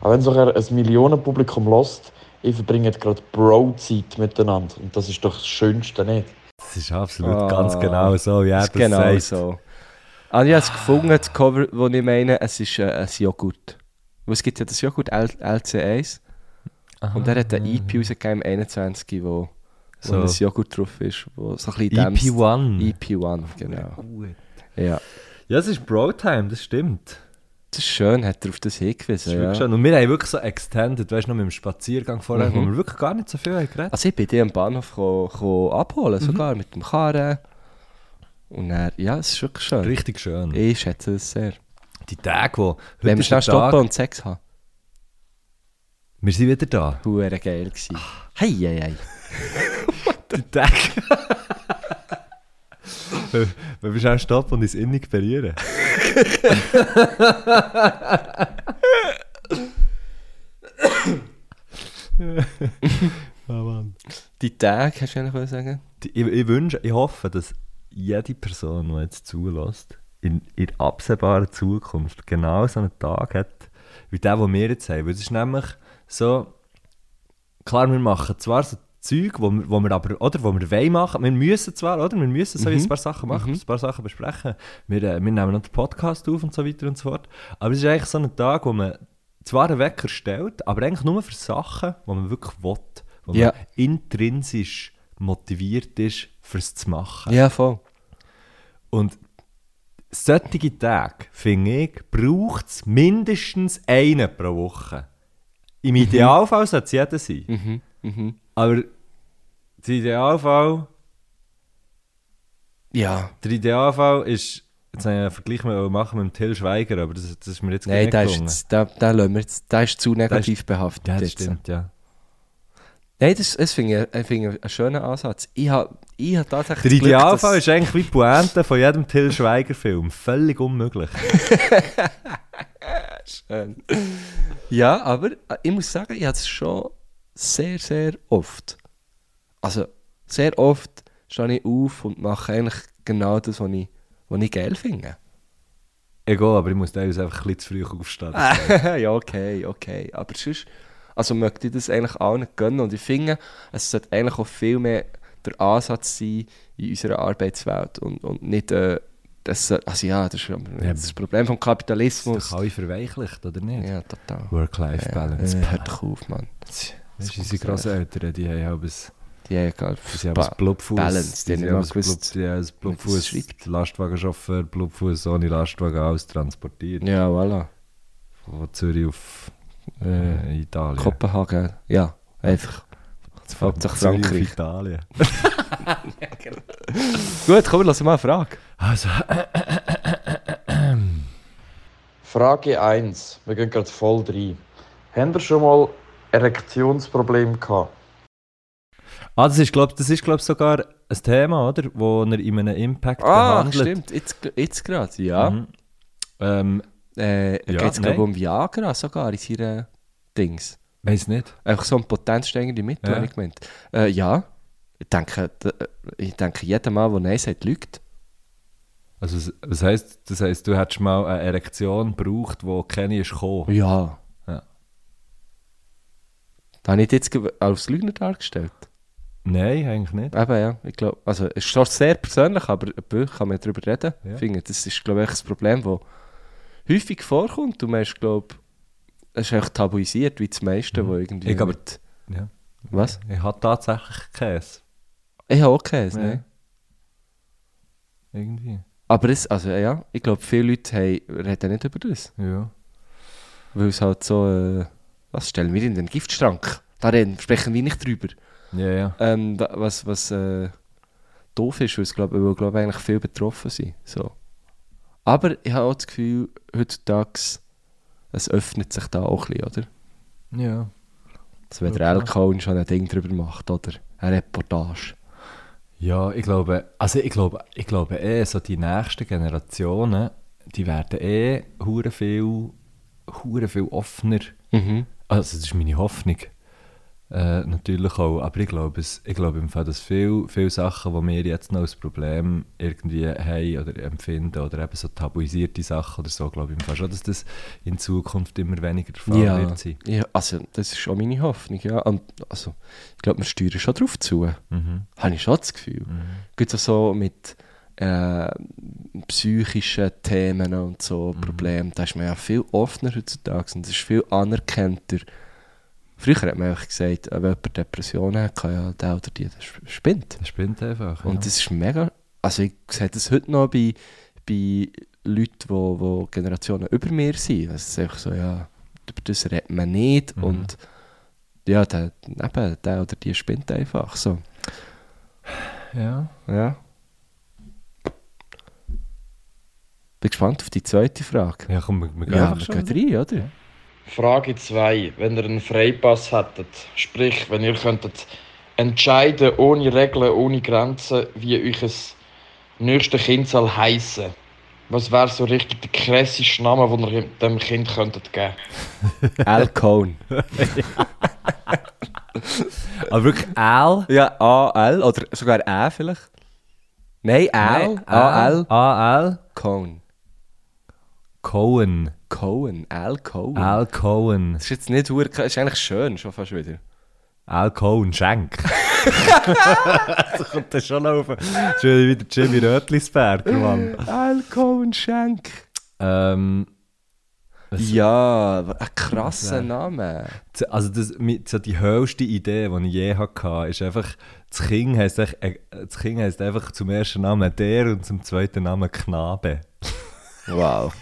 A: Auch wenn sogar ein Millionenpublikum lost, ihr verbringt gerade Bro-Zeit miteinander. Und das ist doch das Schönste, nicht?
B: Das ist absolut
E: Ah.
B: ganz genau so, wie er
E: Das
B: das
E: ist genau
B: sagt.
E: so. Ah, ich habe es gefunden, das Cover, das ich meine, es ist äh, ein Joghurt. Weil es gibt ja das Joghurt L LC1 und der hat einen EP rausgegeben im 21, wo,
B: So.
E: wo ein Joghurt drauf ist, wo so ein bisschen dämpft.
B: EP1.
E: EP1, genau.
B: Gut.
E: Ja.
B: Ja, es ist Bro-Time, das stimmt.
E: Das ist schön, hat er auf
B: Das
E: das
B: ist
E: hingewiesen.
B: wirklich
E: Ja.
B: schön. Und wir haben wirklich so extended, weißt du, noch mit dem Spaziergang
E: Mhm.
B: vorher, wo wir wirklich gar nicht so viel haben geredet
E: Also ich bin die am Bahnhof ko, ko
B: Mhm.
E: abholen, sogar mit dem Karren. Und dann, ja, es ist wirklich schön.
B: Richtig schön.
E: Also, Ich schätze das sehr.
B: Die Tage, wo... Heute
E: Wenn wir
B: ist
E: schnell
B: der Tag-
E: stoppen und Sex haben.
B: Wir sind wieder da.
E: Huere geil gsi.
B: Ah.
E: Hei, hei, hei.
B: Die Tage... Wenn wenn wir schnell stoppen und ins Innig berühren.
E: Die Tage, hast du eigentlich wollen sagen?
B: Die- Ich, ich wünsche, ich hoffe, dass jede Person, die jetzt zulässt, in, in absehbarer Zukunft genau so einen Tag hat, wie der, den wir jetzt haben. Weil es ist nämlich so, klar, wir machen zwar so Zeug, wo wir, wo wir aber, oder, wo wir wollen machen, wir müssen zwar, oder, wir müssen so wie ein paar Sachen machen, ein paar Sachen besprechen, wir, äh, wir nehmen noch den Podcast auf und so weiter und so fort, aber es ist eigentlich so ein Tag, wo man zwar einen Wecker stellt, aber eigentlich nur für Sachen, die man wirklich will, wo
E: Ja.
B: man intrinsisch motiviert ist, fürs zu machen.
E: Ah. Ja, voll.
B: Und solche Tage, finde ich, braucht es mindestens einen pro Woche. Im
E: Mhm.
B: Idealfall sollte es jeder sein. Aber der Idealfall,
E: Ja.
B: der Idealfall ist, jetzt habe ich einen Vergleich mal machen mit dem Till Schweiger, aber das, das ist mir jetzt gar
E: Nein,
B: nicht
E: der ist,
B: gelungen.
E: jetzt- der, der, lassen wir jetzt, der ist zu negativ behaftet.
B: ja, das
E: jetzt.
B: stimmt, ja.
E: Nein, das, das finde ich, ich finde ich einen schönen Ansatz. Ich habe ich hab tatsächlich
B: Der
E: das Glück,
B: Idealfall
E: dass-
B: ist eigentlich wie die Pointe von jedem Till Schweiger-Film. Völlig unmöglich.
E: Ähm, ja, aber äh, ich muss sagen, ich habe es schon sehr, sehr oft. Also, sehr oft stehe ich auf und mache eigentlich genau das, was ich, was ich geil finde.
B: Egal, aber ich muss teilweise einfach ein bisschen zu früh aufstehen. Ah.
E: ja, okay, okay. Aber sonst, also möchte ich das eigentlich allen gönnen und ich finde, es sollte eigentlich auch viel mehr der Ansatz sein in unserer Arbeitswelt und, und nicht, äh, das, soll- also ja, das ist das Problem vom
B: Das
E: Kapitalismus.
B: kann ich verweichlicht, oder nicht?
E: Ja, total. Das
B: Work-Life-Balance.
E: hört doch auf, Mann.
B: Das ist unsere Grosseltern, die haben halb ein, die
E: Die haben gar
B: haben ein Blubfuß.
E: Balance, die haben
B: haben
E: immer
B: ein Blub-
E: gewusst,
B: Die haben ein
E: das
B: Blubfuß,
E: schreibt.
B: Lastwagenchauffeur, Blubfuß ohne Lastwagen, alles transportiert.
E: Ja, voilà.
B: Von Zürich auf äh, Italien.
E: Kopenhagen, ja, einfach. Hauptsache
B: Zürich auf
E: Frankreich.
B: Italien. genau.
E: Gut, komm, lass mal eine Frage.
B: Also,
A: Frage 1. Wir gehen gerade voll rein. Habt ihr schon mal Erektionsprobleme gehabt?
B: ah, das ist, glaube das ist, glaub, sogar ein Thema, oder? Wo er in einem Impact
E: Ah,
B: behandelt.
E: stimmt, jetzt, jetzt gerade, ja.
B: Mhm. Ähm,
E: Äh,
B: Ja,
E: Geht es, glaube
B: nein.
E: um Viagra sogar in seinen Dings?
B: weiß nicht.
E: Einfach so ein potenzsteigende Mittel,
B: Ja.
E: habe ich gemeint. Äh, ja, ich denke, d- ich denke, jeder Mann, der Nein sagt, lügt.
B: Also, was- was heisst, das heisst, du hättest mal eine Erektion gebraucht, die keine ist gekommen.
E: Ja.
B: Ja.
E: Da habe ich dich jetzt gew- als Lügner dargestellt.
B: Nein, eigentlich nicht.
E: Eben, ja, ich glaube, also es ist zwar sehr persönlich, aber äh, kann man darüber reden.
B: Ja.
E: Ich finde, das ist, glaube ich, ein Problem, das häufig vorkommt und man ist, glaube es ist echt tabuisiert, wie das meiste, wo irgendwie...
B: Mhm. Ich aber-
E: mit-
B: Ja.
E: Was?
B: Ich hatte tatsächlich Käse.
E: Ich habe auch Käse,
B: Ja.
E: ne?
B: Irgendwie.
E: Aber es, also ja, ich glaube, viele Leute haben, reden nicht über das,
B: Ja.
E: weil es halt so, äh, was stellen wir in den Giftschrank? Da reden, sprechen wir nicht drüber.
B: Ja, ja.
E: Ähm, wa- was, was äh, doof ist, weil es glaub, weil, glaub, eigentlich viel betroffen sind. So. Aber ich habe auch das Gefühl, heutzutage, es öffnet sich da auch ein bisschen, oder?
B: Ja.
E: Also wenn
B: Ja,
E: der
B: klar.
E: Alkohol schon ein Ding drüber macht, oder? Eine Reportage.
B: Ja, ich glaube, also ich glaube, ich glaube eh, so die nächsten Generationen, die werden eh hure viel, hure viel offener.
E: Mhm.
B: Also das ist meine Hoffnung. Äh, natürlich auch, aber ich glaube, es, ich glaube im Fall, dass viele viel Sachen, die wir jetzt noch als Problem irgendwie haben oder empfinden oder eben so tabuisierte Sachen oder so, glaube ich im Fall schon, dass das in Zukunft immer weniger der Fall
E: Ja.
B: wird sein.
E: ja, also das ist auch meine Hoffnung, ja. Und, also, ich glaube, wir steuern schon drauf zu.
B: Mhm.
E: Habe ich schon das Gefühl. Gibt es so mit äh, psychischen Themen und so
B: Mhm.
E: Problemen, da ist man ja viel offener heutzutage und es ist viel anerkannter. Früher hat man einfach gesagt, äh, wenn jemand Depressionen hat, kann ja der oder die, der sp- spinnt.
B: Das spinnt einfach.
E: Und das ist mega, also ich sehe das heute noch bei, bei Leuten, die wo, wo Generationen über mir sind. Also Es ist einfach so, ja, über das redet man nicht
B: Mhm.
E: und ja, der, eben, der oder die spinnt einfach so.
B: ja. ja.
E: Ja. Bin gespannt auf die zweite Frage.
B: Ja, komm, wir, wir gehen
E: Ja,
B: einfach
E: wir
B: schon.
E: gehen rein, oder?
A: Frage 2. Wenn ihr einen Freipass hättet, sprich, wenn ihr könntet entscheiden, ohne Regeln, ohne Grenzen, wie euch das nächste Kind soll heissen was wäre so richtig der krasseste Name, den ihr dem Kind könntet geben
E: Al Cohn.
B: Aber wirklich L?
E: Ja, A-L oder sogar Ä vielleicht. Nein, Al. A-L.
B: A-L.
E: Cohn.
B: Cohen.
E: Cohen. Al Cohen.
B: Al Cohen.
E: Das ist jetzt nicht hure- ist eigentlich schön, schon fast wieder.
B: Al Cohen, Schenk. das kommt dann schon auf. Das ist wieder Jimmy Rötlisberger, Mann.
E: Al Cohen Schenk.
B: Ähm,
E: Ja, aber ein krasser
B: Das wär-
E: Name.
B: z- also das, mi- so die höchste Idee, die ich je hatte, ist einfach, das Kind heisst, echt- äh, das kind heisst einfach zum ersten Namen der und zum zweiten Namen Knabe.
E: Wow.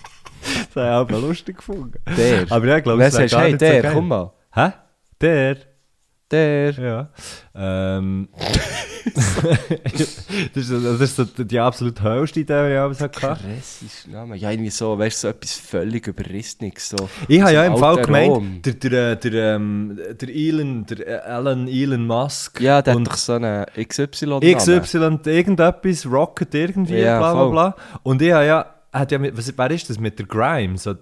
B: Das habe ich auch lustig gefunden.
E: Der.
B: Aber ja, ich glaube,
E: Wer
B: es wär
E: sagst,
B: gar
E: hey,
B: nicht
E: der,
B: so geil.
E: komm mal.
B: Hä? Der?
E: Der.
B: Ja. Ähm, das ist, so- das ist so die absolut höchste Idee, die ich jemals hatte.
E: Krasses Name. Ja, irgendwie so, weißt du, so etwas völlig Überrissenes. So,
B: Ich habe
E: so
B: ja
E: ein
B: im Fall
E: alter Rom.
B: gemeint, der, der, der, ähm, der Elon, der äh, Elon, Elon Musk
E: Ja, der
B: und
E: hat doch so einen XY-Namen.
B: XY irgendetwas, Rocket irgendwie,
E: Ja,
B: bla bla
E: voll.
B: bla. Und ich habe ja, hat ja mit, was, wer ist das mit der Grimes? So,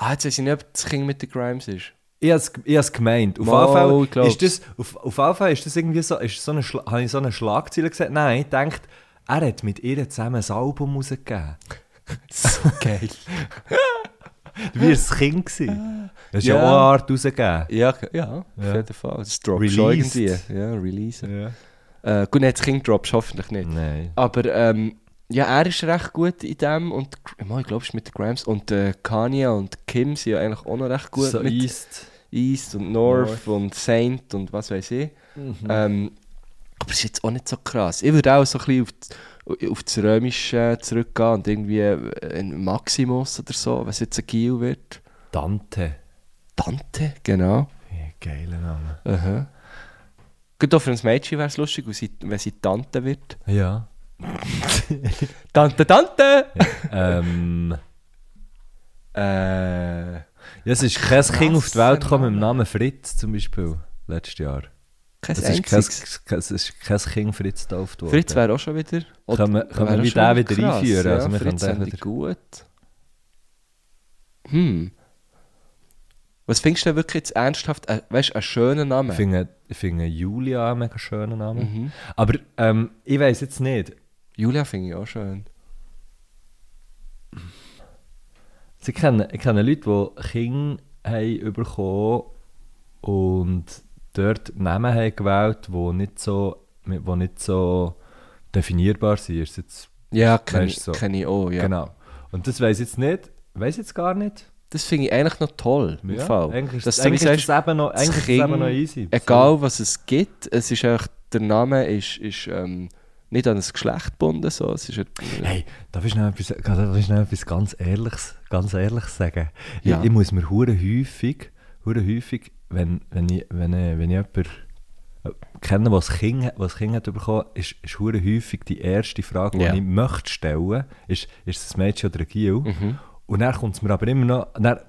E: Ah, jetzt weiß ich nicht, ob das Kind mit den Grimes ist.
B: ich habe es- ich habe es gemeint. Auf
E: Mal,
B: jeden
E: ich
B: Fall
E: glaub's.
B: ist das, auf, auf jeden Fall ist das irgendwie so, ist so eine, Schla- habe ich so eine Schlagzeile gesagt? Nein, ich dachte, er hat mit ihr zusammen ein Album rausgegeben.
E: So geil.
B: Wie war das Kind? gewesen. Das ist ja,
E: Ja.
B: auch eine Art rausgegeben.
E: ja, ge- ja,
B: Ja.
E: auf jeden Fall. Das droppt schon
B: Released.
E: irgendwie. Ja, release.
B: Ja.
E: Äh, gut, nein, das Kind droppt hoffentlich nicht.
B: Nein.
E: Aber ähm, ja, er ist recht gut in dem und Gr- ich glaube, es ist mit den Grimes und äh, Kanye und Kim sind ja eigentlich auch noch recht gut
B: so
E: mit
B: East.
E: East und North, und Saint und was weiß ich.
B: Mhm.
E: Ähm, aber es ist jetzt auch nicht so krass. Ich würde auch so ein bisschen auf, die- auf das Römische zurückgehen und irgendwie äh, ein Maximus oder so, was jetzt ein Gil wird.
B: Dante.
E: Dante, genau.
B: Ja, geiler Name.
E: Aha. Gut, auch für ein Mädchen wäre es lustig, wenn sie, wenn sie Tante wird.
B: Ja.
E: Tante, Tante!
B: ähm,
E: Äh,
B: ja, es ist kein Kind auf die Welt gekommen mit dem
E: Name.
B: Namen Fritz zum Beispiel, letztes Jahr.
E: kein
B: Es ist kein,
E: einziges.
B: es ist kein Kind Fritz getauft worden.
E: Fritz wäre auch schon wieder.
B: Können wir-
E: Oder-
B: können wir
E: wäre auch
B: wie
E: schon
B: den wieder
E: krass,
B: einführen?
E: Ja,
B: Also wir können
E: Fritz
B: den
E: fände ich
B: wieder-
E: gut. Hm. Was findest du denn wirklich jetzt ernsthaft, äh, weißt du, einen schönen Namen?
B: Ich finde, ich finde Julia einen mega schönen Namen.
E: Mhm.
B: Aber ähm, ich weiß jetzt nicht.
E: Julia finde ich auch schön.
B: Sie kennen, ich kenne Leute, die Kinder haben bekommen und dort Namen haben gewählt, die nicht so, die nicht so definierbar sind. Ist jetzt,
E: Ja, kenne ich,
B: Weisst du so.
E: kenn ich auch, ja.
B: Genau. Und das weiß jetzt nicht, weiß jetzt gar nicht.
E: Das finde ich eigentlich noch toll, im
B: Ja,
E: Fall.
B: Eigentlich,
E: Dass
B: ist,
E: du wie
B: eigentlich ist
E: sagst,
B: das eben noch,
E: das
B: eigentlich ist das eben
E: Kind,
B: noch easy.
E: Egal was es gibt, es ist einfach, der Name ist, ist ähm, nicht an das Geschlecht gebunden. So. Es ist ein,
B: Hey, nou darf ich noch etwas, darf ich noch etwas ganz, Ehrliches, ganz Ehrliches sagen?
E: Ja.
B: Ich, ich muss mir hure häufig, hure häufig wenn, wenn, ich, wenn, ich, wenn ich jemanden äh, kenne, was Kind, was Kind hat bekommen, ist, ist hure häufig die erste Frage, die
E: Ja.
B: ich möchte stellen, ist, ist es ein Mädchen oder ein Gil?
E: Mhm.
B: Und dann kommt es mir aber immer noch, dann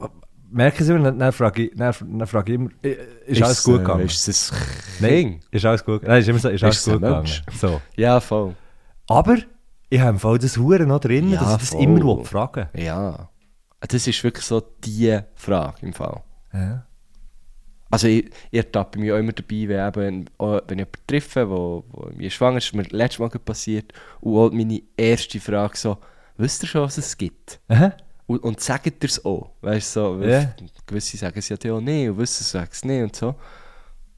B: merke ich es immer, dann, dann, frage, ich, dann, dann frage ich immer, äh, ist, alles
E: es,
B: gut
E: äh,
B: gegangen?
E: Ist es ein
B: Nein,
E: Kind?
B: ist alles gut Nein, ist immer so, ist alles
E: es
B: gut
E: ein
B: gegangen.
E: Mensch?
B: So.
E: Ja, voll.
B: Aber ich habe im Fall das Huren noch drin,
E: Ja,
B: dass ich das
E: voll.
B: immer will fragen
E: Ja. Das ist wirklich so die Frage im Fall.
B: ja.
E: Also ich, ich ertappe mich auch immer dabei, wenn, eben, auch wenn ich jemanden treffe, wo, wo mir schwanger ist, ist mir letztes Mal gerade passiert, und auch meine erste Frage so, wisst ihr schon, was es gibt?
B: Aha.
E: Und, und sagt ihr es auch? Weißt du, so, weil
B: Ja.
E: gewisse sagen es ja dann auch nicht, und wissen es sagen es nicht und so.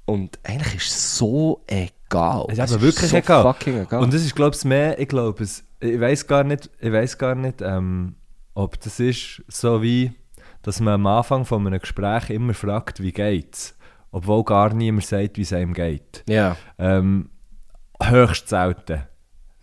E: Und eigentlich ist es so egal.
B: Es ist
E: Es
B: aber wirklich
E: Oh, so
B: egal.
E: fucking egal.
B: Und das ist, glaube ich, mehr, ich glaube, es, ich weiß gar nicht, ich weiß gar nicht, ähm, ob das ist so wie, dass man am Anfang von einem Gespräch immer fragt, wie geht's, obwohl gar niemand sagt, wie es einem geht.
E: ja,
B: Ähm, höchst selten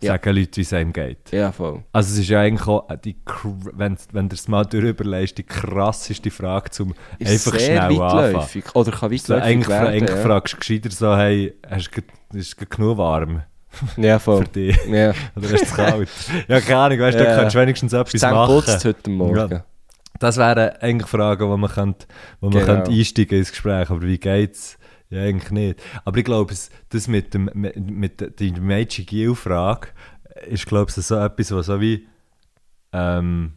E: Ja.
B: sagen Leute, wie es einem geht.
E: ja, voll.
B: Also es ist ja eigentlich auch, die, kr- wenn, wenn du es mal durchüberlegst, die krasseste Frage, zum einfach schnell anfangen.
E: weitläufig. Oder kann weitläufig
B: So, eigentlich fra-
E: werden.
B: eigentlich
E: ja.
B: fragst du gescheiter so, hey, hast du, ge- ist ge- genug warm
E: ja, voll.
B: für dich?
E: Ja.
B: Oder ist es kalt? ja, keine Ahnung, weißt du,
E: Ja.
B: da kannst du wenigstens etwas
E: Zehn putzt
B: machen.
E: heute Morgen.
B: Ja. Das wären eigentlich Fragen, die man, könnte, wo man
E: Genau.
B: könnte einsteigen ins Gespräch. Aber wie geht's? Ja, eigentlich nicht. Aber ich glaube, es- das mit, dem, mit, mit der- die Mädchen Giel-Frage ist, glaube ich, so etwas, was so wie. Ähm,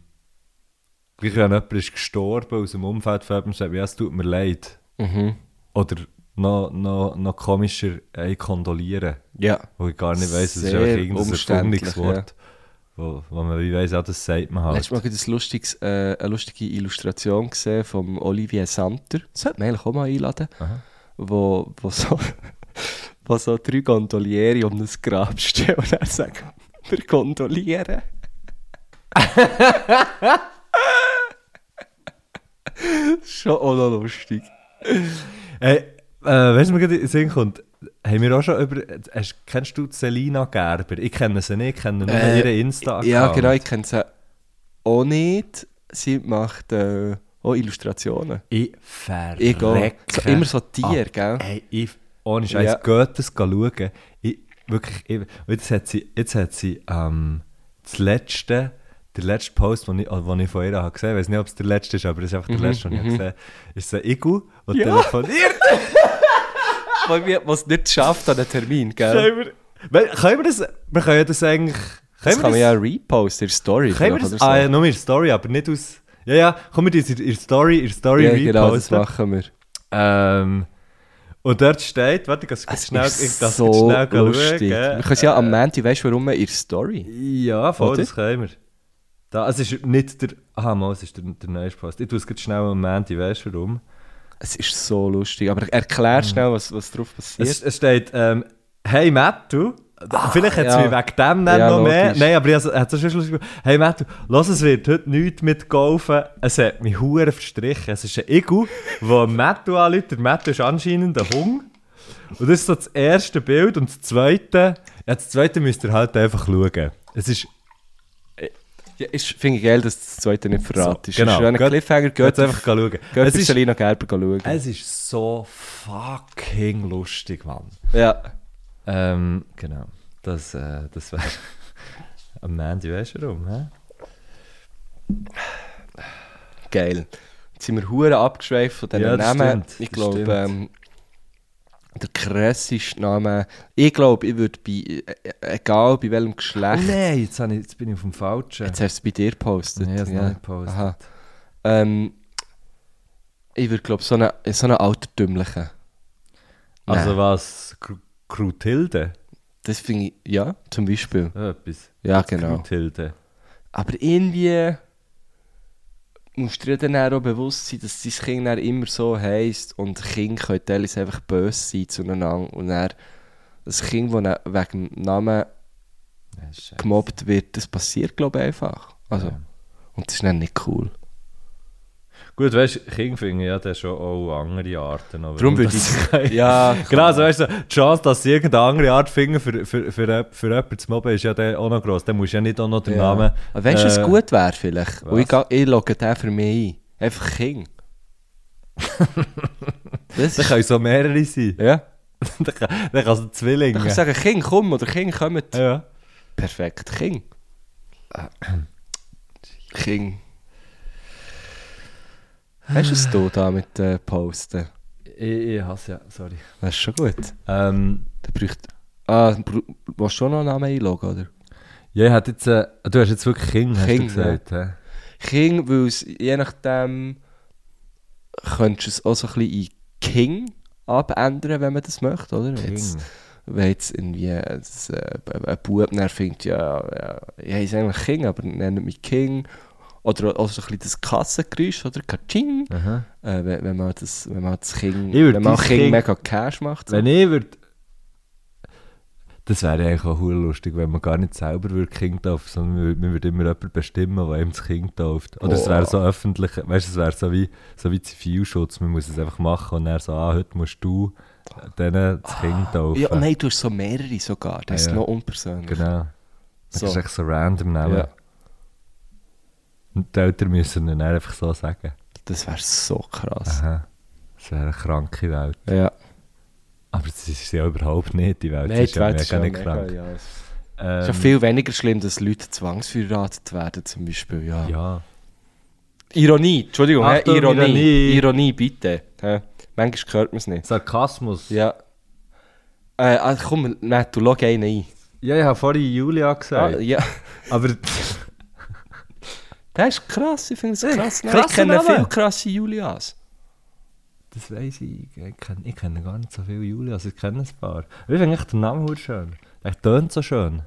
B: gleich wenn jemand ist gestorben aus dem Umfeld von jemandem, sagt, ja, es tut mir leid.
E: Mhm.
B: Oder noch, noch, noch komischer, ey, kondolieren.
E: Ja.
B: Wo ich gar nicht weiss, es ist
E: Sehr
B: einfach irgendein
E: umständlich,
B: erfundenes Wort. Wo, wo man wie weiss, ja, das sagt man halt.
E: Letztes Mal gerade ein lustiges, äh, eine lustige Illustration gesehen vom Olivier Santer. Das sollte man eigentlich auch mal einladen. Wo, wo, so, wo so drei Gondolieri um ein Grab stehen und dann sagen, wir gondolieren. Schon auch noch lustig.
B: Hey, äh, weißt du, mir gerade in den Sinn kommt, haben wir auch schon über. äh, Hast, kennst du Selina Gerber? Ich kenne sie nicht, ich kenne nur
E: Äh,
B: ihre insta
E: Ja, genau, ich kenne sie auch nicht. Sie macht äh, auch Illustrationen.
B: Ich verrecke.
E: Ich auch. So, immer so Tier, gell?
B: Ey, ich, ohne Scheiß,
E: Ja.
B: geht das schauen. Ich, wirklich, ich, und jetzt hat sie, jetzt hat sie ähm, das letzte, der letzte Post, den ich, äh, den ich von ihr habe gesehen habe, ich weiß nicht, ob es der letzte ist, aber das ist einfach der
E: Mhm,
B: letzte, den ich habe gesehen ist so ein Igu, der telefoniert.
E: Weil wir es nicht schafft an einem Termin, gell?
B: Können wir- Weil- können wir das, wir können ja das eigentlich,
E: Das
B: können
E: kann man
B: wir
E: ja
B: das,
E: reposten, in der Story.
B: können wir
E: vielleicht
B: das,
E: oder so.
B: ah ja, nur in der Story, aber nicht aus, ja, ja, kommen wir das in der Story, in der Story
E: ja, genau, das
B: reposten.
E: machen wir.
B: Ähm, und dort steht, warte, ich kann es schnell, ich darf so schnell schauen. Äh,
E: lustig. Wir können es ja am Montag, weißt du, warum in der Story?
B: Ja, voll,
E: Oder?
B: Oh, das können wir. Da, es ist nicht der. Aha, mal, es ist der, der neueste Post. Ich tue es gerade schnell am Mandy, weißt du warum?
E: Es ist so lustig, aber erklär schnell, was, was drauf passiert.
B: Mhm. Es, es steht, ähm, hey Mattu. Vielleicht hat es
E: Ah, ja.
B: mich wegen dem nicht
E: Ja,
B: noch mehr.
E: logisch.
B: Nein, aber ich hat es schon lustig gemacht. Hey Mattu, lass es wird heute nichts mit Golfen. Es hat mich Huren verstrichen. Es ist ein Igel, der Mattu anläutet. Der Mattu ist anscheinend ein Hung. Und das ist so das erste Bild. Und das zweite, ja, das zweite müsst ihr halt einfach schauen. Es ist
E: Ja, ist- Finde ich geil, dass das zweite nicht verraten
B: genau.
E: ist. Wenn ein
B: Geht-
E: Cliffhanger geht,
B: Geht's
E: geht
B: einfach schauen.
E: bei
B: Es ist, Äh.
E: Selina Gerber schauen.
B: es ist so fucking lustig, Mann.
E: Ja.
B: Ähm, genau. Das, äh, das wäre. Am Mandy weißt du warum, hä?
E: Geil. Jetzt sind wir hure abgeschweift von diesen
B: Ja, das
E: Namen.
B: stimmt,
E: Ich
B: das
E: glaube,
B: stimmt.
E: ähm, der krasseste Name. Ich glaube, ich würde bei, äh, egal bei welchem Geschlecht,
B: Oh Nein, jetzt, hab ich, jetzt bin ich auf dem Falschen.
E: jetzt hast du es bei dir gepostet.
B: Nein, ich hab's noch nicht gepostet.
E: Aha. Ähm, ich würde, glaube so einen so eine altertümlichen.
B: also was? Gr- Grutilde?
E: Das finde ich, ja, zum Beispiel.
B: Oh,
E: genau.
B: Etwas.
E: Ja, genau.
B: Grutilde.
E: Aber irgendwie musst du dir dann auch bewusst sein, dass dein Kind dann immer so heisst und Kinder können teilweise einfach böse sein zueinander und dann das Kind, das dann wegen dem Namen
B: Ja, ist scheiße.
E: gemobbt wird, das passiert glaube ich einfach. Also,
B: Ja.
E: Und das ist dann nicht cool.
B: Gut, weißt du, Kinder finden ja dann schon auch andere Arten. aber
E: Darum würde
B: das-
E: ich... Ja,
B: Genau, also weißt du, die Chance, dass sie irgendeine andere Art finden, für, für, für, für jemanden zu mobben, ist ja dann auch noch gross. Dann musst du ja nicht auch noch den Namen.
E: Aber weißt du, was
B: äh,
E: gut wäre vielleicht? Und ich,
B: was?
E: ga- ich logge den für mich ein. Einfach King. das
B: Dann
E: ist,
B: können so mehrere sein.
E: ja.
B: dann kann- dann kannst du Zwillinge.
E: Dann kannst du sagen, King, komm oder King, kommt.
B: ja. Äh.
E: Perfekt, King. King. Hast du es da, da mit äh, Posten?
B: Ich, ich hasse Eh, ja, sorry.
E: Das ist schon gut.
B: Ähm,
E: Da bräuchte... Ah, br- willst du schon noch einen Namen einloggen, oder?
B: ja, ich hätte jetzt, äh, du hast jetzt wirklich King, hast du
E: King,
B: gesagt. hä?
E: King, weil es je nachdem könntest du es auch so ein bisschen in King abändern, wenn man das möchte, oder? Wenn jetzt-
B: King.
E: Wenn jetzt irgendwie ein, ein, ein Bub dann findet, ja, ja, ich heiße eigentlich King, aber nennt mich King. Oder auch so ein bisschen das Kassengeräusch, oder? Kaching.
B: Aha.
E: Äh, wenn, wenn man das, wenn man das King,
B: Ich würd
E: wenn man
B: dein
E: King,
B: King-
E: mega Cash macht. So.
B: Wenn ich würde. Das wäre eigentlich auch hure lustig, wenn man gar nicht selber würde King taufen, sondern man würde- man würde immer jemanden bestimmen, der ihm das Kind tauft. Oder es
E: Oh.
B: wäre so öffentlich, weißt du, es wäre so wie, so wie Zivilschutz, man muss es einfach machen und er so, ah, heute musst du denen das Kind taufen.
E: Ah, ja, nein, du hast so mehrere sogar. Das ist
B: Ja.
E: noch unpersönlich.
B: Genau. Das
E: So.
B: ist echt so random nehmen.
E: Ja.
B: Und die Eltern müssen ihn dann einfach so sagen.
E: Das wäre so krass.
B: Aha. Das wäre eine kranke Welt.
E: Ja.
B: Aber das ist ja überhaupt nicht die Welt.
E: Nein,
B: sie ist ja mega nicht krank.
E: ja. Es
B: Ähm,
E: ist ja viel weniger schlimm, dass Leute zwangsverheiratet werden, zum Beispiel. Ja.
B: ja.
E: Ironie, Entschuldigung, hä?
B: Achtung,
E: Ironie.
B: Ironie.
E: Ironie. bitte. hä? Manchmal hört man es nicht.
B: Sarkasmus. Ja,
E: Ja. Äh, ah, komm, nein, du log einen ein.
B: ich habe vorhin Julia
E: Ah,
B: gesagt.
E: ja.
B: Aber
E: Das ist krass, ich finde das krass. Nein, ich
B: krasser
E: kenne
B: Name.
E: viele krasse Julias.
B: das weiß ich. Ich kenne, ich kenne gar nicht so viele Julias. Ich kenne ein paar. Aber ich finde echt den Namen gut schön. Der tönt so schön.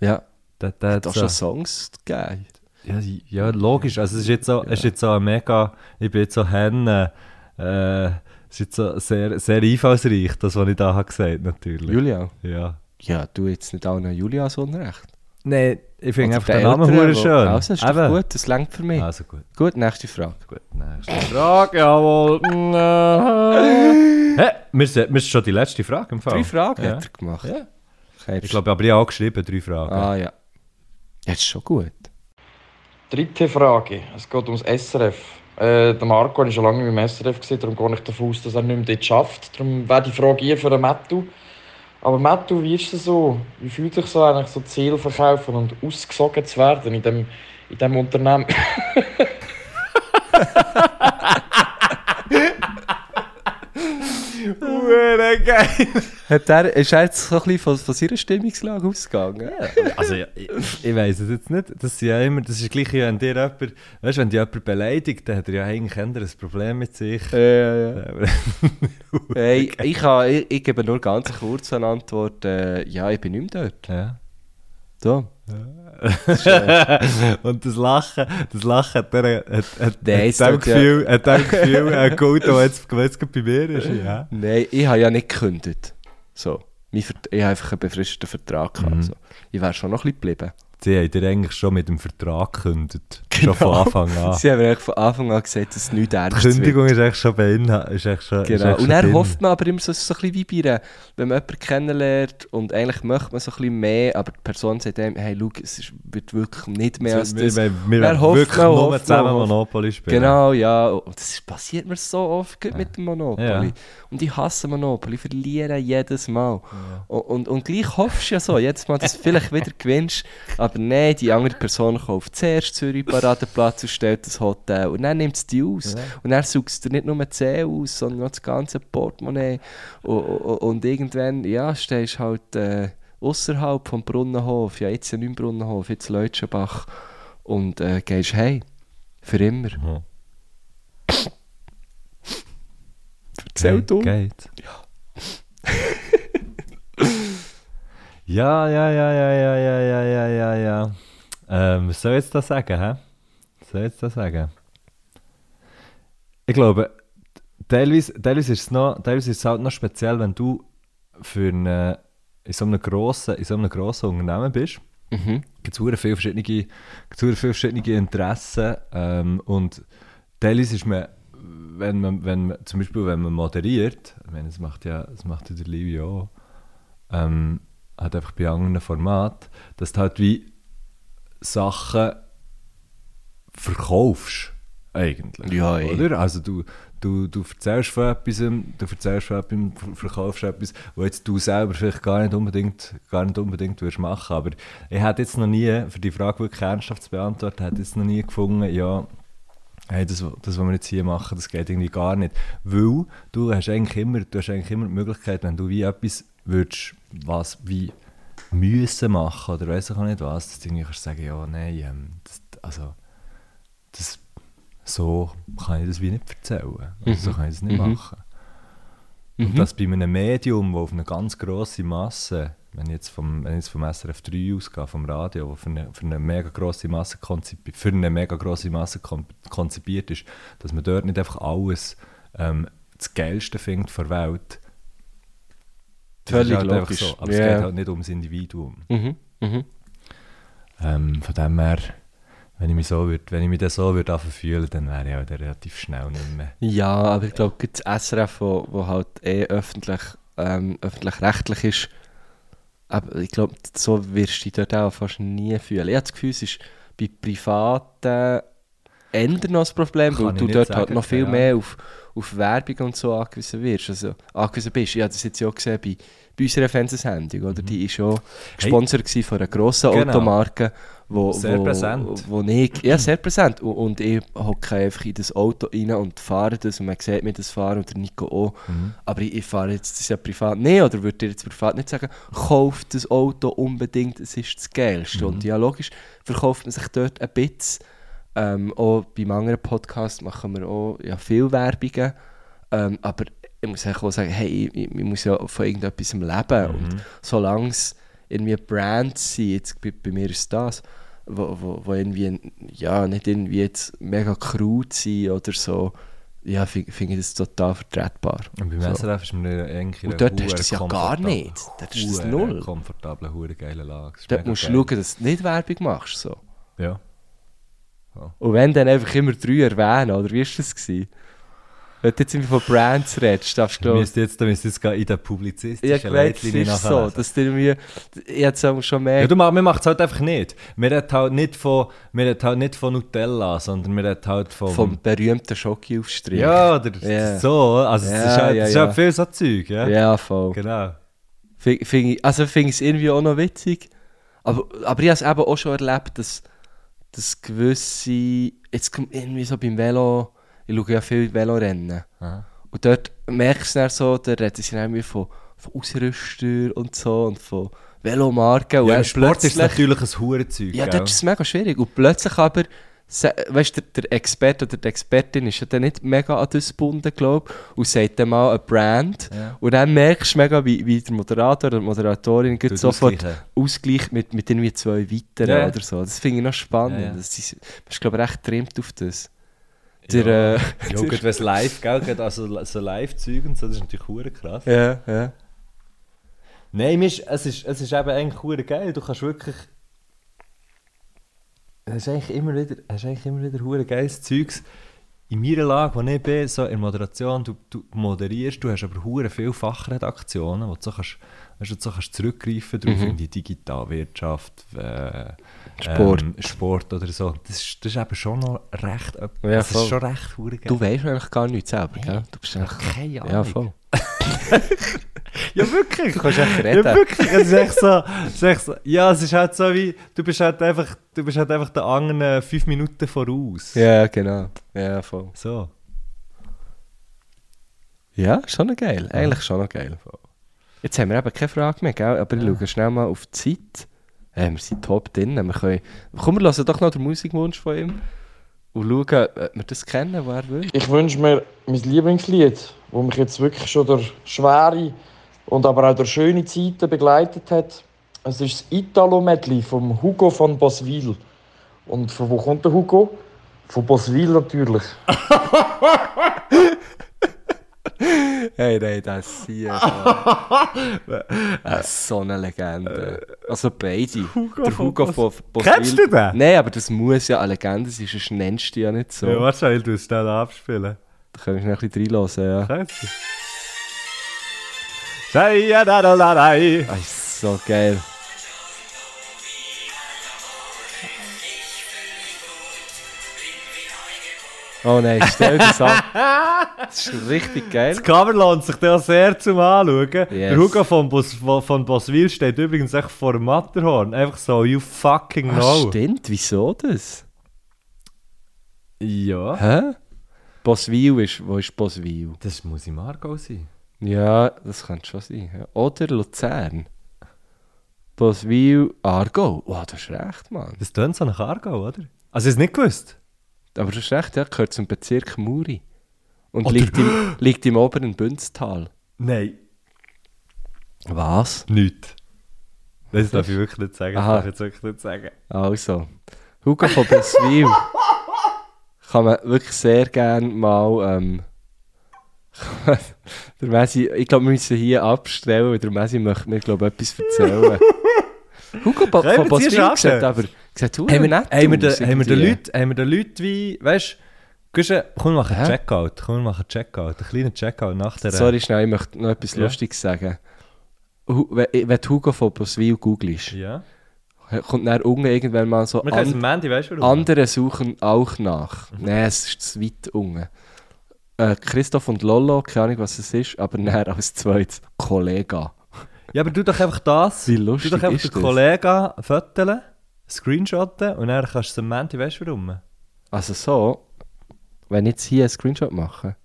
E: Ja.
B: Der, der
E: Da
B: hat
E: hast du
B: so,
E: schon Songs gegeben.
B: ja, ja, logisch. Also, es ist jetzt so, es ist jetzt so ein mega. Ich bin jetzt so Henne. Äh, es ist jetzt so sehr, sehr einfallsreich, das, was ich da habe gesagt habe, natürlich.
E: Julia?
B: Ja.
E: Ja, du jetzt nicht allen Julias Unrecht.
B: Nein, ich finde
E: Oder
B: einfach den
E: den
B: Namen
E: Älteren,
B: hure
E: wo-
B: schön.
E: Also, ist doch
B: Eben.
E: gut, das längt für mich.
B: Also gut.
E: Gut, nächste Frage.
B: Gut, nächste Frage, jawohl. uh, Hä? Wir sind, wir sind schon die letzte Frage im Fall.
E: Drei Fragen
B: Ja.
E: hat er gemacht.
B: Ja.
E: Kein
B: Ich glaube, aber ich habe auch geschrieben, drei Fragen.
E: Ah ja. Jetzt schon gut.
A: Dritte Frage. Es geht ums SRF. Äh, der Marco war schon lange nicht mehr im SRF, gewesen, darum gehe ich davon aus, dass er nicht mehr dort schafft. Darum wäre die Frage hier für den Mattu. Aber Mattu, wie ist es so? Wie fühlt sich so eigentlich so Ziel verkaufen und ausgesogen zu werden in dem, in dem Unternehmen?
B: Hure geil.
E: Hat er, ist er jetzt so ein bisschen von, von seiner Stimmungslage ausgegangen?
B: Also, ja, ich, ich weiß es jetzt nicht. Das, ist ja immer, das ist gleich, wie wenn dir jemand, weißt, du, wenn dich jemand beleidigt, dann hat er ja eigentlich eher ein Problem mit sich.
E: Ja, ja,
B: Aber-
E: Hey, ich, habe, ich, ich gebe nur ganz kurz eine Antwort. Äh, ja, ich bin nicht mehr dort.
B: ja.
E: So.
B: Und das Lachen, das Lachen hat, der, hat, hat,
E: Nein,
B: hat dem
E: es tut ja-
B: Gefühl, hat dem Gefühl, äh, gut, der jetzt, der jetzt gerade bei mir ist. Ja.
E: Nein, ich habe ja nicht gekündigt. So. Mein Vert- Ich habe einfach einen befristeten Vertrag gehabt. So. Ich wäre schon noch ein bisschen geblieben.
B: Sie haben dir eigentlich schon mit dem Vertrag gekündigt. Schon von Anfang an.
E: Sie haben mir eigentlich von Anfang an gesagt, dass es nichts
B: Die
E: ernst wird.
B: Kündigung ist eigentlich schon beinhaltet. Ist eigentlich schon, ist
E: Genau.
B: eigentlich
E: Und
B: schon
E: dann
B: drin.
E: hofft man aber immer so, es ist so ein bisschen wie bei einer, wenn man jemanden kennenlernt und eigentlich möchte man so ein bisschen mehr, aber die Person sagt einem, hey, schau, es ist, wird wirklich nicht mehr als
B: Also, wir,
E: das.
B: wir, wir
E: Wer
B: werden
E: hofft,
B: wirklich
E: man
B: nur
E: hofft,
B: zusammen
E: man hofft.
B: Monopoly spielen.
E: Genau, ja. Und das ist- passiert mir so oft gerade mit dem Monopoly.
B: Ja.
E: Und ich hasse Monopoly, ich verliere jedes Mal. Und, und, und gleich hoffst du ja so, jedes Mal, dass du vielleicht wieder gewinnst. Aber nein, die andere Person kauft zuerst Zürich Paradenplatz und stellt das Hotel. Und dann nimmt es die aus. Und dann suchst du nicht nur die Zähne aus, sondern auch das ganze Portemonnaie. Und, und, und irgendwann, ja, stehst du halt äh, außerhalb vom Brunnenhof. Ja, jetzt ja nicht im Brunnenhof, jetzt Leutschenbach. Und äh, gehst hey, für immer. Erzähl
B: Hey,
E: du.
B: Geht. Ja. ja, ja, ja, ja, ja, ja, ja, ja, ja. Ähm, was soll ich jetzt das sagen, hä? Was soll ich jetzt das sagen? ich glaube, teilweise, teilweise, ist es noch, teilweise ist es halt noch speziell, wenn du für eine, in, so einem grossen, in so einem grossen Unternehmen bist.
E: Mhm.
B: gibt es viele verschiedene, gibt's hure viele verschiedene Interessen. Ähm, und teilweise ist man, wenn man, wenn man, zum Beispiel wenn man moderiert, ich meine, das macht ja, das macht ja der Livio auch, ähm, hat einfach bei anderen Formaten, dass du halt wie Sachen verkaufst, eigentlich.
E: Ja, eh.
B: oder? Also du, du, du erzählst von etwas, du erzählst von etwas, ver- verkaufst etwas, was jetzt du selber vielleicht gar nicht unbedingt, gar nicht unbedingt würdest machen. Aber ich hätte jetzt noch nie, für die Frage wirklich ernsthaft zu beantworten, hätte jetzt noch nie gefunden, ja, hey, das, das, was wir jetzt hier machen, das geht irgendwie gar nicht. Weil du hast eigentlich immer, du hast eigentlich immer die Möglichkeit, wenn du wie etwas würdest, was wie müssen machen oder weiß ich auch nicht was, dass du irgendwie kannst sagen, ja, nein, ähm, das, also das, so kann ich das wie nicht erzählen.
E: Mhm.
B: Also, so kann ich das nicht machen. Und das bei einem Medium, das auf eine ganz grosse Masse, wenn ich jetzt vom, wenn ich jetzt vom SRF 3 ausgehe, vom Radio, das für eine, für eine mega grosse Masse, konzipi- für eine mega grosse Masse kon- konzipiert ist, dass man dort nicht einfach alles ähm, das Geilste findet von der Welt. Das ist
E: Völlig
B: halt einfach
E: logisch.
B: So. Aber
E: Ja.
B: es geht halt nicht ums Individuum.
E: Mhm. Mhm.
B: Ähm, von dem her, wenn ich mich, so würd, wenn ich mich dann so würde fühlen, dann wäre ich halt relativ schnell nicht mehr.
E: Ja, aber ich glaube, gerade das SRF, wo, wo halt eh öffentlich, ähm, öffentlich-rechtlich ist, aber ich glaube, so wirst du dich dort auch fast nie fühlen. Ich habe das Gefühl, es ist bei Privaten ändern noch das Problem,
B: Kann
E: weil
B: ich
E: du
B: nicht
E: dort halt
B: sagen,
E: noch viel
B: ja.
E: mehr auf, auf Werbung und so angewiesen wirst. Also angewiesen bist. Ich habe das jetzt ja auch gesehen bei, bei unserer Fernsehsendung, oder? Die ist schon gesponsert gewesen von einer grossen
B: Mhm. Genau.
E: Automarke, wo,
B: Sehr
E: wo,
B: präsent.
E: wo ich, ja, sehr präsent. Und, und ich hocke einfach in das Auto rein und fahre das und man sieht mir das fahren und der Nico auch.
B: Mhm.
E: Aber ich, ich fahre jetzt das ja privat nicht oder würde dir jetzt privat nicht sagen, kauft das Auto unbedingt, es ist das Geilste. Und
B: Mhm.
E: ja, logisch verkauft man sich dort ein bisschen. Ähm, auch beim anderen Podcast machen wir auch ja, viel Werbungen. Ähm, aber ich muss auch sagen, hey, ich, ich, ich muss ja von irgendetwas leben.
B: Mhm.
E: Und solange es irgendwie eine Brand sind, jetzt bei, bei mir ist das, wo, wo, wo irgendwie, ja, nicht irgendwie jetzt mega crude sind oder so, ja, finde find ich das total vertretbar.
B: Und beim
E: So.
B: SRF ist man eigentlich in
E: Und dort
B: einer
E: hast du das ja
B: huere
E: gar
B: komfortablen-
E: nicht. Dort ist das
B: huere
E: null.
B: komfortable, hure geile Lage. Ist
E: Dort
B: mega
E: musst du
B: geil.
E: schauen, dass du nicht Werbung machst. So.
B: Ja.
E: Und wenn dann einfach immer drei erwähnen, oder wie war das? Gewesen? Wenn du jetzt irgendwie von Brands redest, darfst
B: Du
E: du
B: müsst jetzt, du müsst jetzt gar in der publizistischen
E: Ja, gemerkt, es
B: Leitlinie
E: ist so,
B: nachlesen.
E: dass du irgendwie, ich hätte es
B: Ja,
E: schon mehr,
B: du, mach- man macht es halt einfach nicht. Man redet halt nicht von, man redet halt nicht von Nutella, sondern man redet halt vom...
E: vom berühmten Schokiaufstrich.
B: ja, oder
E: Ja.
B: so. Also es
E: Ja,
B: ist, halt,
E: ja,
B: es ist
E: ja.
B: halt viel so Zeug, ja?
E: ja, voll.
B: Genau.
E: Fing, fing ich, also finde ich es irgendwie auch noch witzig. Aber, aber ich habe es eben auch schon erlebt, dass, dass gewisse. Jetzt kommt irgendwie so beim Velo. Ich schaue ja viel Velorennen.
B: Aha.
E: Und dort merkst du dann so, da reden sie dann irgendwie von, von Ausrüster und so und von Velomarken. und
B: Ja,
E: dann
B: im Sport ist es
E: plötzlich-
B: natürlich ein hure Zeug,
E: ja,
B: gell?
E: dort ist es mega schwierig. Und plötzlich aber, se- weißt du, der, der Experte oder die Expertin ist ja dann nicht mega an das gebunden, glaube ich, und sagt dann mal eine Brand.
B: Ja.
E: Und dann merkst du mega, wie, wie der Moderator oder die Moderatorin gleich
B: Tut
E: sofort
B: ausgleichen.
E: ausgleicht mit, mit irgendwie zwei weiteren
B: Ja.
E: oder so. Das finde ich noch spannend.
B: Ja, ja.
E: Das ist, man ist, glaube ich, recht trimmt auf das.
B: Ja.
E: Der, äh,
B: Ja, gut, wenn es live, gell? gerade Also so Live-Zeug und so, das ist natürlich hure krass.
E: äh, ja, ja.
B: Nein, mir ist, es, ist, es ist eben eigentlich hure geil. Du kannst wirklich. Es ist eigentlich immer wieder, es ist eigentlich immer wieder hure geiles Zeugs. In meiner Lage, wo ich bin, so in der Moderation, du, du moderierst, du hast aber hure viele Fachredaktionen, wo du so kannst, weißt, du du so kannst zurückgreifen drauf in die Digitalwirtschaft, äh,
E: Sport.
B: ähm, Sport oder so. Das ist, das ist eben schon noch recht, ja,
E: Ja,
B: das
E: voll.
B: ist schon recht hure geil.
E: Du weißt eigentlich gar nichts selber, gell? Du bist eigentlich.
B: Keine
E: Ja,
B: Ahnung.
E: voll.
B: ja wirklich.
E: Du kannst echt
B: Ja,
E: reden.
B: wirklich. Es ist echt so, es ist echt so. Ja, es ist halt so wie, du bist halt einfach, du bist halt einfach den anderen äh, fünf Minuten voraus.
E: Ja, genau. Ja, voll.
B: So.
E: Ja, schon noch geil. Eigentlich schon noch geil. Jetzt haben wir eben keine Frage mehr, gell? aber ich schaue schnell mal auf die Zeit. Äh, wir sind top drin. Wir können... Komm, wir lassen doch noch den Musikwunsch von ihm und schauen, ob wir das kennen, wo er will.
A: Ich wünsche mir mein Lieblingslied, wo mich jetzt wirklich schon durch schwere und aber auch durch schöne Zeiten begleitet hat. Es ist das Italo-Medley von Hugo von Boswil. Und von wo kommt der Hugo? Von Boswil natürlich.
E: Hey, nein, das ist hier. so eine Legende. Also beide.
B: Hugo
E: der
B: von
E: Hugo
B: Bos-
E: von Boswil.
B: Kennst du den?
E: Nein, aber das muss ja eine Legende sein, sonst nennst du die ja nicht so.
B: Ja, wahrscheinlich du es schnell abspielen.
E: Da können wir schnell ein bisschen reinhören, ja.
B: Kennst du? Sayadadadadai.
E: Das ist so geil. Oh nein, stell das ab. Das ist richtig geil.
B: Das Cover lohnt sich dann auch sehr zum Anschauen. Der
E: Yes.
B: Hugo von, Bos von- von Boswil steht übrigens echt vor dem Matterhorn. Einfach so, you fucking
E: Ah,
B: know.
E: stimmt, wieso das?
B: ja.
E: Hä? Boswil ist, wo ist Boswil?
B: Das muss im Argo sein.
E: Ja, das könnte schon sein. Ja. Oder Luzern. Boswil, Aargau. Wow, du hast recht, Mann.
B: Das tönt so nach Argo, oder? Also, ich es nicht gewusst.
E: Aber du hast recht, ja, gehört zum Bezirk Muri. Und liegt im, liegt im oberen Bünztal.
B: Nein.
E: Was?
B: Nicht. Das darf ich wirklich nicht sagen. Das
E: Aha.
B: darf ich jetzt wirklich nicht sagen.
E: Also, Hugo von Boswil kann man wirklich sehr gerne mal. Ähm, der Messi, ich glaube, wir müssen hier abstellen, weil der Messi möchte mir glaube ich, etwas erzählen. Hugo Bo
B: Können wir
E: von
B: die
E: Boswil
B: schaffen?
E: sieht aber sieht
B: Haben wir,
E: verdammt nett
B: haben wir,
E: aus
B: den, haben wir den
E: irgendwie.
B: Leuten, haben wir den Leuten wie, weißt du, komm, wir machen einen
E: Hä?
B: Checkout, komm, wir machen einen Checkout, einen kleinen Checkout nach der...
E: Sorry, schnell, ich möchte noch etwas
B: Ja.
E: Lustiges sagen. Hu- Wenn wenn du Hugo von Boswil googelst,
B: Ja.
E: kommt dann unten irgendwann mal so
B: Wir können es
E: an-
B: am Ende, weißt du warum?
E: Andere suchen auch nach.
B: Mhm.
E: Nein, es ist zu weit unten. Äh, Christoph und Lollo, keine Ahnung, was es ist, aber näher als zweites Kollega.
B: Ja, aber tu doch einfach das,
E: Wie
B: tu
E: lustig
B: doch einfach
E: ist
B: den
E: das?
B: Kollegen foteln, screenshotten und dann kannst du es am Ende, weißt du warum?
E: Also so, wenn ich jetzt hier einen Screenshot mache,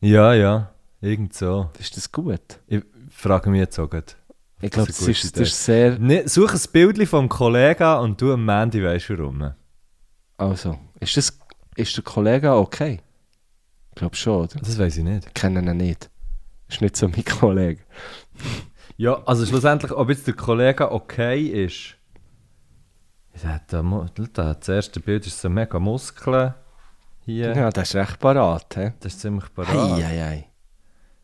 B: Ja, ja, irgend so.
E: ist das gut.
B: Ich frage mich jetzt auch gut.
E: Ich glaube,
B: Das
E: das,
B: ist eine gute
E: ist, das ist sehr...
B: Ne, such ein Bild vom Kollegen und du am Ende, weißt du warum?
E: Also, ist, das, ist der Kollega okay? Ich glaube schon, oder?
B: Das weiß ich nicht.
E: Ich kenne ihn nicht. Ist nicht so mein Kollege.
B: Ja, also schlussendlich, ob jetzt der Kollege okay ist. Der hat, da mu- da hat das erste Bild ist so mega Muskeln. Hier.
E: Ja, das ist recht parat, hä?
B: Das ist ziemlich parat.
E: Hei, hei, hei.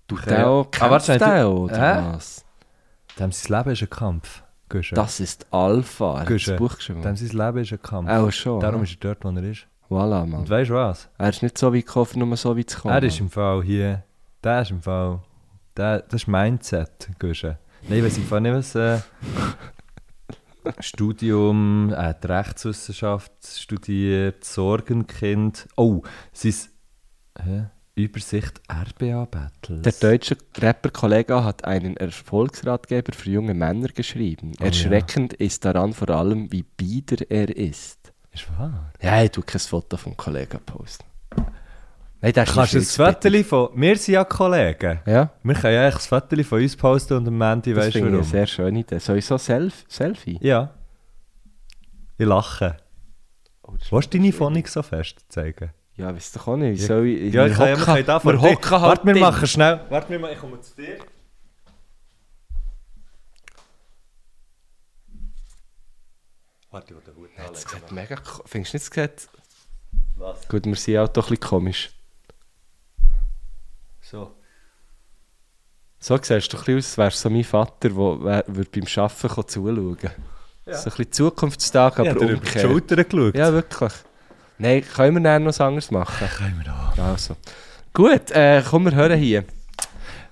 E: Du,
B: Okay.
E: der auch,
B: Ah, warte
E: kämpft
B: schnell, du-
E: der auch, oder
B: Hä?
E: was?
B: Dem sein Leben ist ein Kampf. Gusche.
E: Das ist Alpha. Er hat
B: Gusche.
E: das Buch geschrieben.
B: Dem sein Leben ist ein Kampf.
E: Auch schon.
B: Darum
E: Oh, ja.
B: ist er dort, wo er ist.
E: Voilà,
B: Und
E: Mann.
B: weißt du was?
E: Er ist nicht so weit gekauft, nur so weit zu kommen.
B: er ist im Fall hier. Der ist im Fall. Der, das ist Mindset. Gusche. Nein, ich weiß im Fall nicht, was. Äh, Studium, er hat Rechtswissenschaft studiert, Sorgenkind. Oh, sein hä? Übersicht RBA-Battles.
E: der deutsche Rapper-Kollege hat einen Erfolgsratgeber für junge Männer geschrieben.
B: Oh, ja.
E: Erschreckend ist daran vor allem, wie bieder er ist.
B: Ist wahr.
E: Ja, ich tue kein Foto vom Kollegen posten. Nein, der ist
B: Kannst du ein
E: nicht richtig.
B: Viertel von. Wir sind ja Kollegen.
E: Ja,
B: Wir können ja eigentlich ein Viertel von uns posten und am Mandy
E: das
B: weißt du
E: finde ich eine
B: warum.
E: sehr schöne Idee. Sowieso Self Selfie.
B: Ja. Ich lache.
E: Oh, das ist-
B: Willst du deine Phonik so fest zeigen?
E: Ja, weißt du auch nicht. Wie soll ich,
B: Ja,
E: wir
B: ich kann ja
E: hocken-
B: ich kann da vor
E: wir
B: dir-
E: hocken halt
B: Warte, wir
E: drin.
B: machen schnell. Warte, wir machen, ich komme zu dir. Warte, ich will den Hut
E: Das
B: anlegen.
E: sieht mega... ko- Findest du nicht, das sieht-
B: Was?
E: Gut, wir sind auch doch ein bisschen komisch.
B: So.
E: So siehst du ein bisschen aus, als wärst du so mein Vater, der wär- würd beim Arbeiten kommen zuschauen
B: Ja.
E: So ein bisschen Zukunftstag,
B: Aber ich
E: aber
B: habe dir über die
E: umgekehrt.
B: Schulter geschaut.
E: Ja, wirklich. Nein, können wir dann noch was anderes machen?
B: können wir auch.
E: Also. Gut, äh, komm, wir hören hier.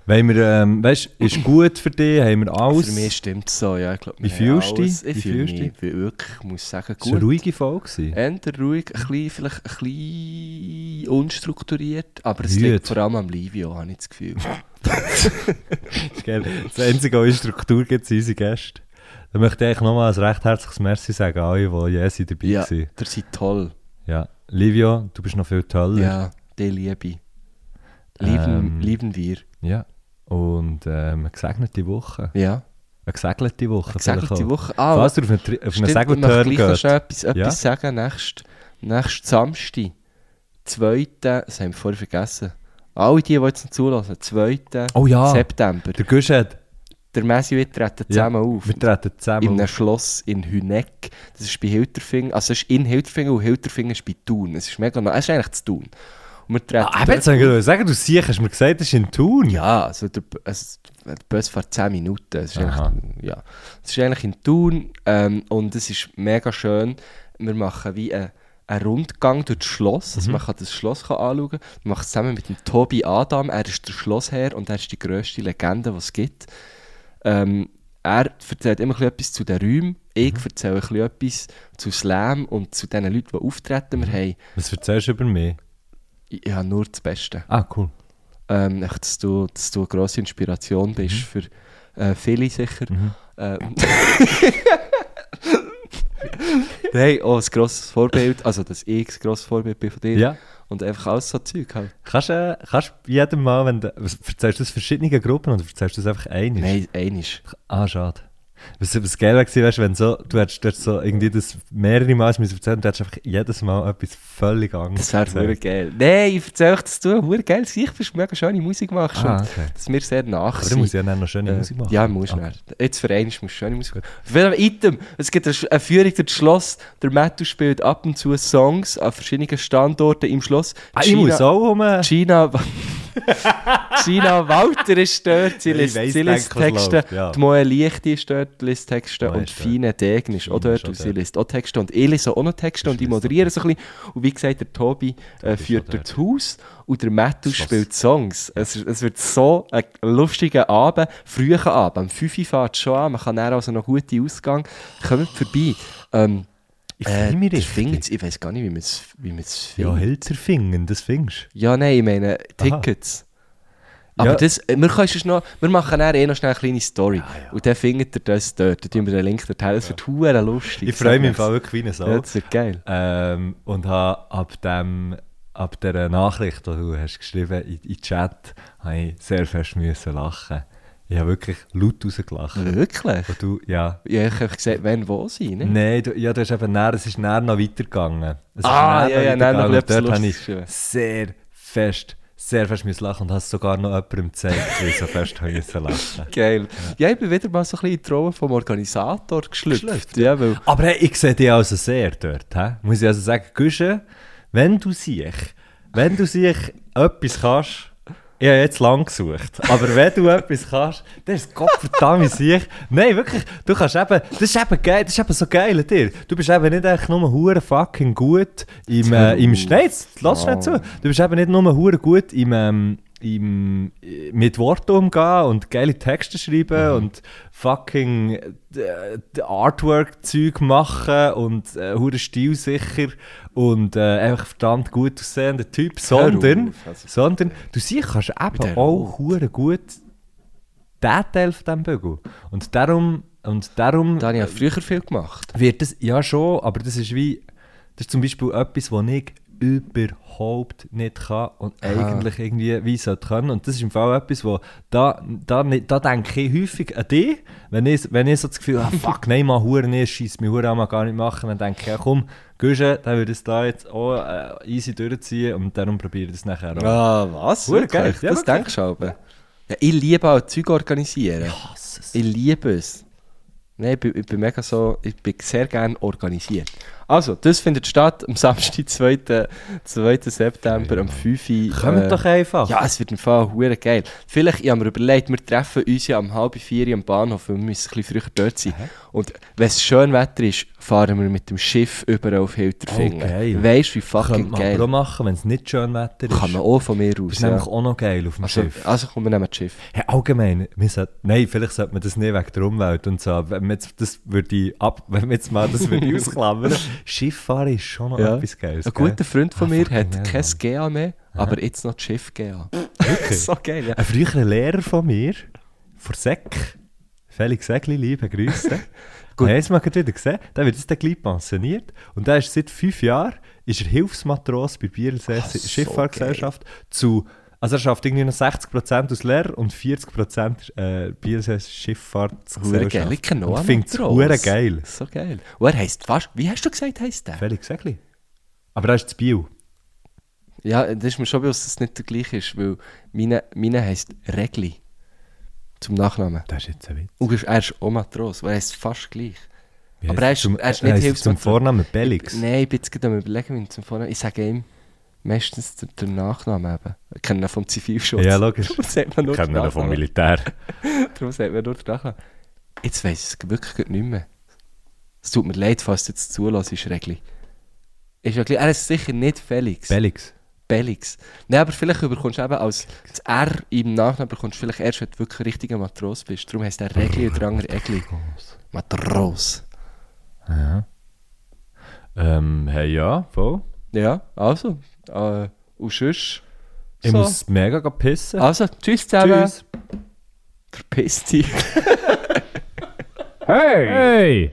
B: Wenn wir, ähm, weißt du, ist gut für dich, haben wir alles.
E: Für mich stimmt es so, ja. Ich glaub,
B: Wie
E: wir haben
B: fühlst du
E: alles.
B: dich?
E: Ich
B: Wie
E: fühle
B: fühlst du
E: mich wirklich, ich muss sagen,
B: Es war eine
E: gut.
B: ruhige Folge.
E: Änder ruhig, ein bisschen, vielleicht ein bisschen unstrukturiert, aber es
B: Müde.
E: liegt vor allem am Livio, habe ich das Gefühl.
B: Das, das einzige, was Struktur gibt, sind unsere Gäste. Da möchte ich nochmal ein recht herzliches Merci sagen an alle, die je sind dabei
E: ja,
B: waren.
E: ihr seid toll.
B: Ja. Livio, du bist noch viel toller.
E: Ja, die liebe ich. Lieben,
B: Ähm.
E: lieben wir.
B: Ja. Und ähm, eine gesegnete Woche.
E: Ja.
B: Eine gesegnete Woche. vielleicht
E: Gesegnete
B: auch.
E: Woche. Ah,
B: Falls du auf einen, Tri- auf einen
E: stimmt, ich möchte
B: Segeltörn
E: gleich noch
B: gehst.
E: schnell etwas, etwas
B: Ja?
E: sagen. Nächst, nächst Samstag, 2. Das haben wir vorher vergessen. Alle die, die jetzt noch zulassen, 2.
B: Oh ja.
E: September.
B: Der Gusch hat...
E: der Messi und ich treten zusammen auf.
B: Wir treten
E: in
B: zusammen
E: einem
B: auf.
E: Schloss in Hüneck. Das ist bei Hilterfingen. Also, es ist in Hilterfingen und Hilterfingen ist bei Thun. Es ist mega nah. Es ist eigentlich zu Thun. Und wir treten
B: Ah, eben, jetzt
E: dort-
B: wollte ich sagen, du siehst, hast du mir gesagt, das ist in Thun.
E: ja, also der, also der Bus fährt 10 Minuten. Es ist,
B: Aha.
E: eigentlich, ja. es ist eigentlich in Thun ähm, und es ist mega schön. Wir machen wie einen, einen Rundgang durch das Schloss. Also man kann das Schloss kann anschauen. Wir machen es zusammen mit dem Tobi Adam. Er ist der Schlossherr und er ist die grösste Legende, die es gibt. Ähm, er erzählt immer ein bisschen etwas zu den Räumen. Ich erzähle ein bisschen etwas zu Slam und zu den Leuten, die auftreten. Wir haben
B: Was erzählst du über mich?
E: ja, nur das Beste
B: Ah, cool.
E: ähm, echt, dass, du, dass du eine grosse Inspiration bist
B: Mhm.
E: für äh, viele sicher. Ähm, Nein, auch ein grosses Vorbild, also dass ich ein grosses Vorbild bin von dir.
B: Ja.
E: Und einfach alles so Zeug halt.
B: Kannst du äh, kannst du jedem Mal, wenn du. Was, erzählst du das verschiedenen Gruppen oder erzählst du das einfach einisch?
E: Nein, einisch.
B: Ah, schade. Was, was geil wäre gewesen, weißt, wenn so, du hättest, du hättest so irgendwie das mehrere Mal müssen erzählen und du hättest einfach jedes Mal etwas völlig anderes
E: Das wäre
B: erzählt.
E: sehr geil. Nein, ich erzähl euch, dass du ein verdammt geiles Gesicht bist, mega schöne Musik machst
B: Ah,
E: und
B: okay.
E: dass wir sehr nach
B: Aber du musst ja dann noch schöne
E: Äh,
B: Musik machen. Ah.
E: Ja, musst du. Jetzt für eins musst du schöne Musik machen. Auf welchem Item? Es gibt eine Sch- eine Führung durch das Schloss. Der Matthew spielt ab und zu Songs an verschiedenen Standorten im Schloss.
B: Ah, ich muss auch um...
E: Gina, Gina Walter ist dort, sie
B: Ich
E: liest,
B: weiss,
E: sie liest
B: denk, was
E: Texte.
B: läuft, ja.
E: Die Moe Lichte ist dort, liest Texte.
B: Moe
E: Und
B: ist dort.
E: Fine Degen ist
B: Fine
E: auch dort
B: ist auch
E: und sie
B: dort.
E: liest auch Texte. Und ich lese auch noch Texte und ich moderiere so ein bisschen. Und wie gesagt, der Tobi äh, führt
B: auch
E: durch das Haus und der Matthew spielt Songs. Es, ist- es wird so ein lustiger Abend, früher Abend. Am 5 Uhr fährt es schon an, man kann dann also noch gute Ausgang. Kommt vorbei. Ähm,
B: Ich
E: äh,
B: finde mich
E: der
B: richtig.
E: Fingers- ich weiß gar nicht, wie man es wie man's
B: Ja,
E: findet.
B: Hilterfingen, das findest
E: Ja, nein, ich meine Tickets. Aber
B: Ja.
E: das, äh, wir, können sonst noch, wir machen dann eh noch schnell eine kleine Story. Und dann findet ihr das dort. Dann tun wir den Link dorthin. Das wird hure lustig.
B: Ich freue mich im
E: Sag
B: Fall
E: ich's.
B: wirklich wie ein Sau.
E: Ja, das wird geil.
B: Ähm, und habe ab dem... Ab dieser Nachricht, die du hast geschrieben in, in den Chat, habe ich sehr fest müssen lachen. Ich habe wirklich laut rausgelacht.
E: Wirklich?
B: Und du, ja...
E: Ja, ich habe gesagt, wenn wo sie, ne?
B: Nein, du, ja, du hast eben näher, es ist näher noch weitergegangen. Es
E: Ah,
B: ist
E: ja, ja, näher noch
B: weitergegangen.
E: etwas
B: Dort habe
E: Lustiges
B: ich
E: geschrieben.
B: sehr fest, sehr fest müssen lachen und habe es sogar noch jemandem gezeigt, weil ich so fest habe müssen lachen.
E: Geil. Ja, ich bin wieder mal so ein bisschen in die Rolle vom Organisator geschlüpft.
B: Geschlüpft,
E: Ja, weil
B: Aber hey, ich sehe dich also sehr dort, hä? muss ich also sagen, Güsche, wenn du siehst, wenn du siehst, etwas kannst, ich habe jetzt lang gesucht, aber wenn du etwas kannst, dann ist es Gottverdammt sicher. Nein, wirklich, du kannst eben, das ist eben geil, das ist eben so geil an dir. Du bist eben nicht einfach nur hure fucking gut im, äh, im
E: Mm.
B: Schnee, jetzt lass schnell zu, du bist eben nicht nur hure gut im, ähm, im, mit Worten umgehen und geile Texte
E: Mhm.
B: schreiben und fucking äh, Artwork-Zeug machen und äh, hure stilsicher und äh, einfach verdammt gut aussehender Typ, sondern,
E: auf, also-
B: sondern du siehst, kannst eben auch hure gut diesen Teil von diesem Bügel. Und darum, und darum
E: da habe ich ja früher viel gemacht.
B: wird das, ja schon, aber das ist wie, das ist zum Beispiel etwas, was ich überhaupt nicht kann und eigentlich irgendwie wie sollte können. Und das ist im Fall etwas, wo, da, da, nicht- da denke ich häufig an dich, wenn ich, wenn ich so das Gefühl habe, fuck, nein, mal Huren ist, scheiss, mir Huren mal gar nicht machen, dann denke ich, ja komm, Güsche, dann würde ich es da jetzt auch äh, easy durchziehen und darum probiere ich das nachher auch.
E: Ah, was?
B: Hure geil.
E: Wirklich?
B: Ja,
E: Das
B: wirklich.
E: denkst du aber. Ja, ich liebe auch Zeug organisieren. Ich liebe es. Nein, ich bin, ich bin mega so, ich bin sehr gerne organisiert. Also, das findet statt am Samstag, 2. 2. September, um 5 Uhr.
B: Kommt
E: äh,
B: doch einfach.
E: Ja, es wird im Fall hure geil. Vielleicht, ich habe mir überlegt, wir treffen uns ja am halb vier Uhr am Bahnhof, weil wir müssen ein bisschen früher dort sein. Und wenn es schön Wetter ist, fahren wir mit dem Schiff über auf Hilterfingen.
B: Oh, geil.
E: Weißt du, wie
B: Könnte
E: fucking
B: man aber auch
E: geil.
B: machen, wenn es nicht schön Wetter ist.
E: Kann man auch von mir
B: das
E: aus.
B: ist nämlich auch noch geil auf dem
E: Also,
B: Schiff.
E: also komm, wir nehmen das Schiff.
B: Hey, allgemein, wir sollten, nein, vielleicht sollte man das nicht wegen der Umwelt und so, wenn man jetzt, das würde ich ab, wenn man jetzt mal das würde ich ausklammern, Schifffahren ist schon noch Ah, etwas Geiles.
E: Ein
B: gell? Ah,
E: guter Freund von mir
B: fucking
E: hat
B: hell,
E: kein GA mehr, aber jetzt noch das Schiff GA. so geil, ja.
B: Ein früherer Lehrer von mir, von Sek, Felix Segli, liebe Grüße. Gut. Jetzt mal gerade wieder gesehen, der wird jetzt dann gleich pensioniert und der ist seit fünf Jahren ist er Hilfsmatros bei Biersee Schifffahrgesellschaft zu, also er schafft irgendwie noch 60% als Lehrer und 40% äh, Biersee
E: Hure geil.
B: Schifffahrtsgesellschaft.
E: Ich kenne noch
B: Und
E: einen
B: find's
E: Matros.
B: hure geil.
E: So geil. Und er heisst fast, wie hast du gesagt, heisst der?
B: Felix Segli. Aber er ist zu Biel.
E: Ja, das ist mir schon bewusst, dass es nicht der gleiche ist, weil meine, meine heisst Regli. zum Nachnamen.
B: Das ist jetzt ein Witz.
E: Und er ist auch Matros, weil er ist fast gleich.
B: Wie
E: Aber
B: heisst
E: er ist- er ist nicht
B: heisst
E: Hilfsmittel.
B: zum Vornamen Bellix.
E: Nein, ich bin jetzt gerade am überlegen, wie ich zum Vornamen... Ich sage ihm meistens den, den Nachnamen eben. Ich kenne ihn vom Zivilschutz.
B: Ja, logisch.
E: Darum sagt man nur
B: Kennt
E: den
B: man vom
E: Nachnamen.
B: Militär.
E: Darum sagt man nur den Nachnamen. Jetzt weiss ich es wirklich gerade nicht mehr. Es tut mir leid, falls du jetzt zulässt, Regli. Ist ja gleich. Er ist sicher nicht Felix.
B: Bellix.
E: Bellix. Nein, aber vielleicht bekommst du eben als das R im Nachnamen bekommst du vielleicht erst, wenn du wirklich ein richtiger Matros bist. Darum heisst der Regli und der andere Egli. Matros.
B: Ähm, hey, ja, voll.
E: Ja, also. Äh, und sonst...
B: Ich
E: so.
B: muss mega gehen pissen.
E: Also, tschüss zusammen.
B: Tschüss.
E: Verpiss dich.
B: Hey!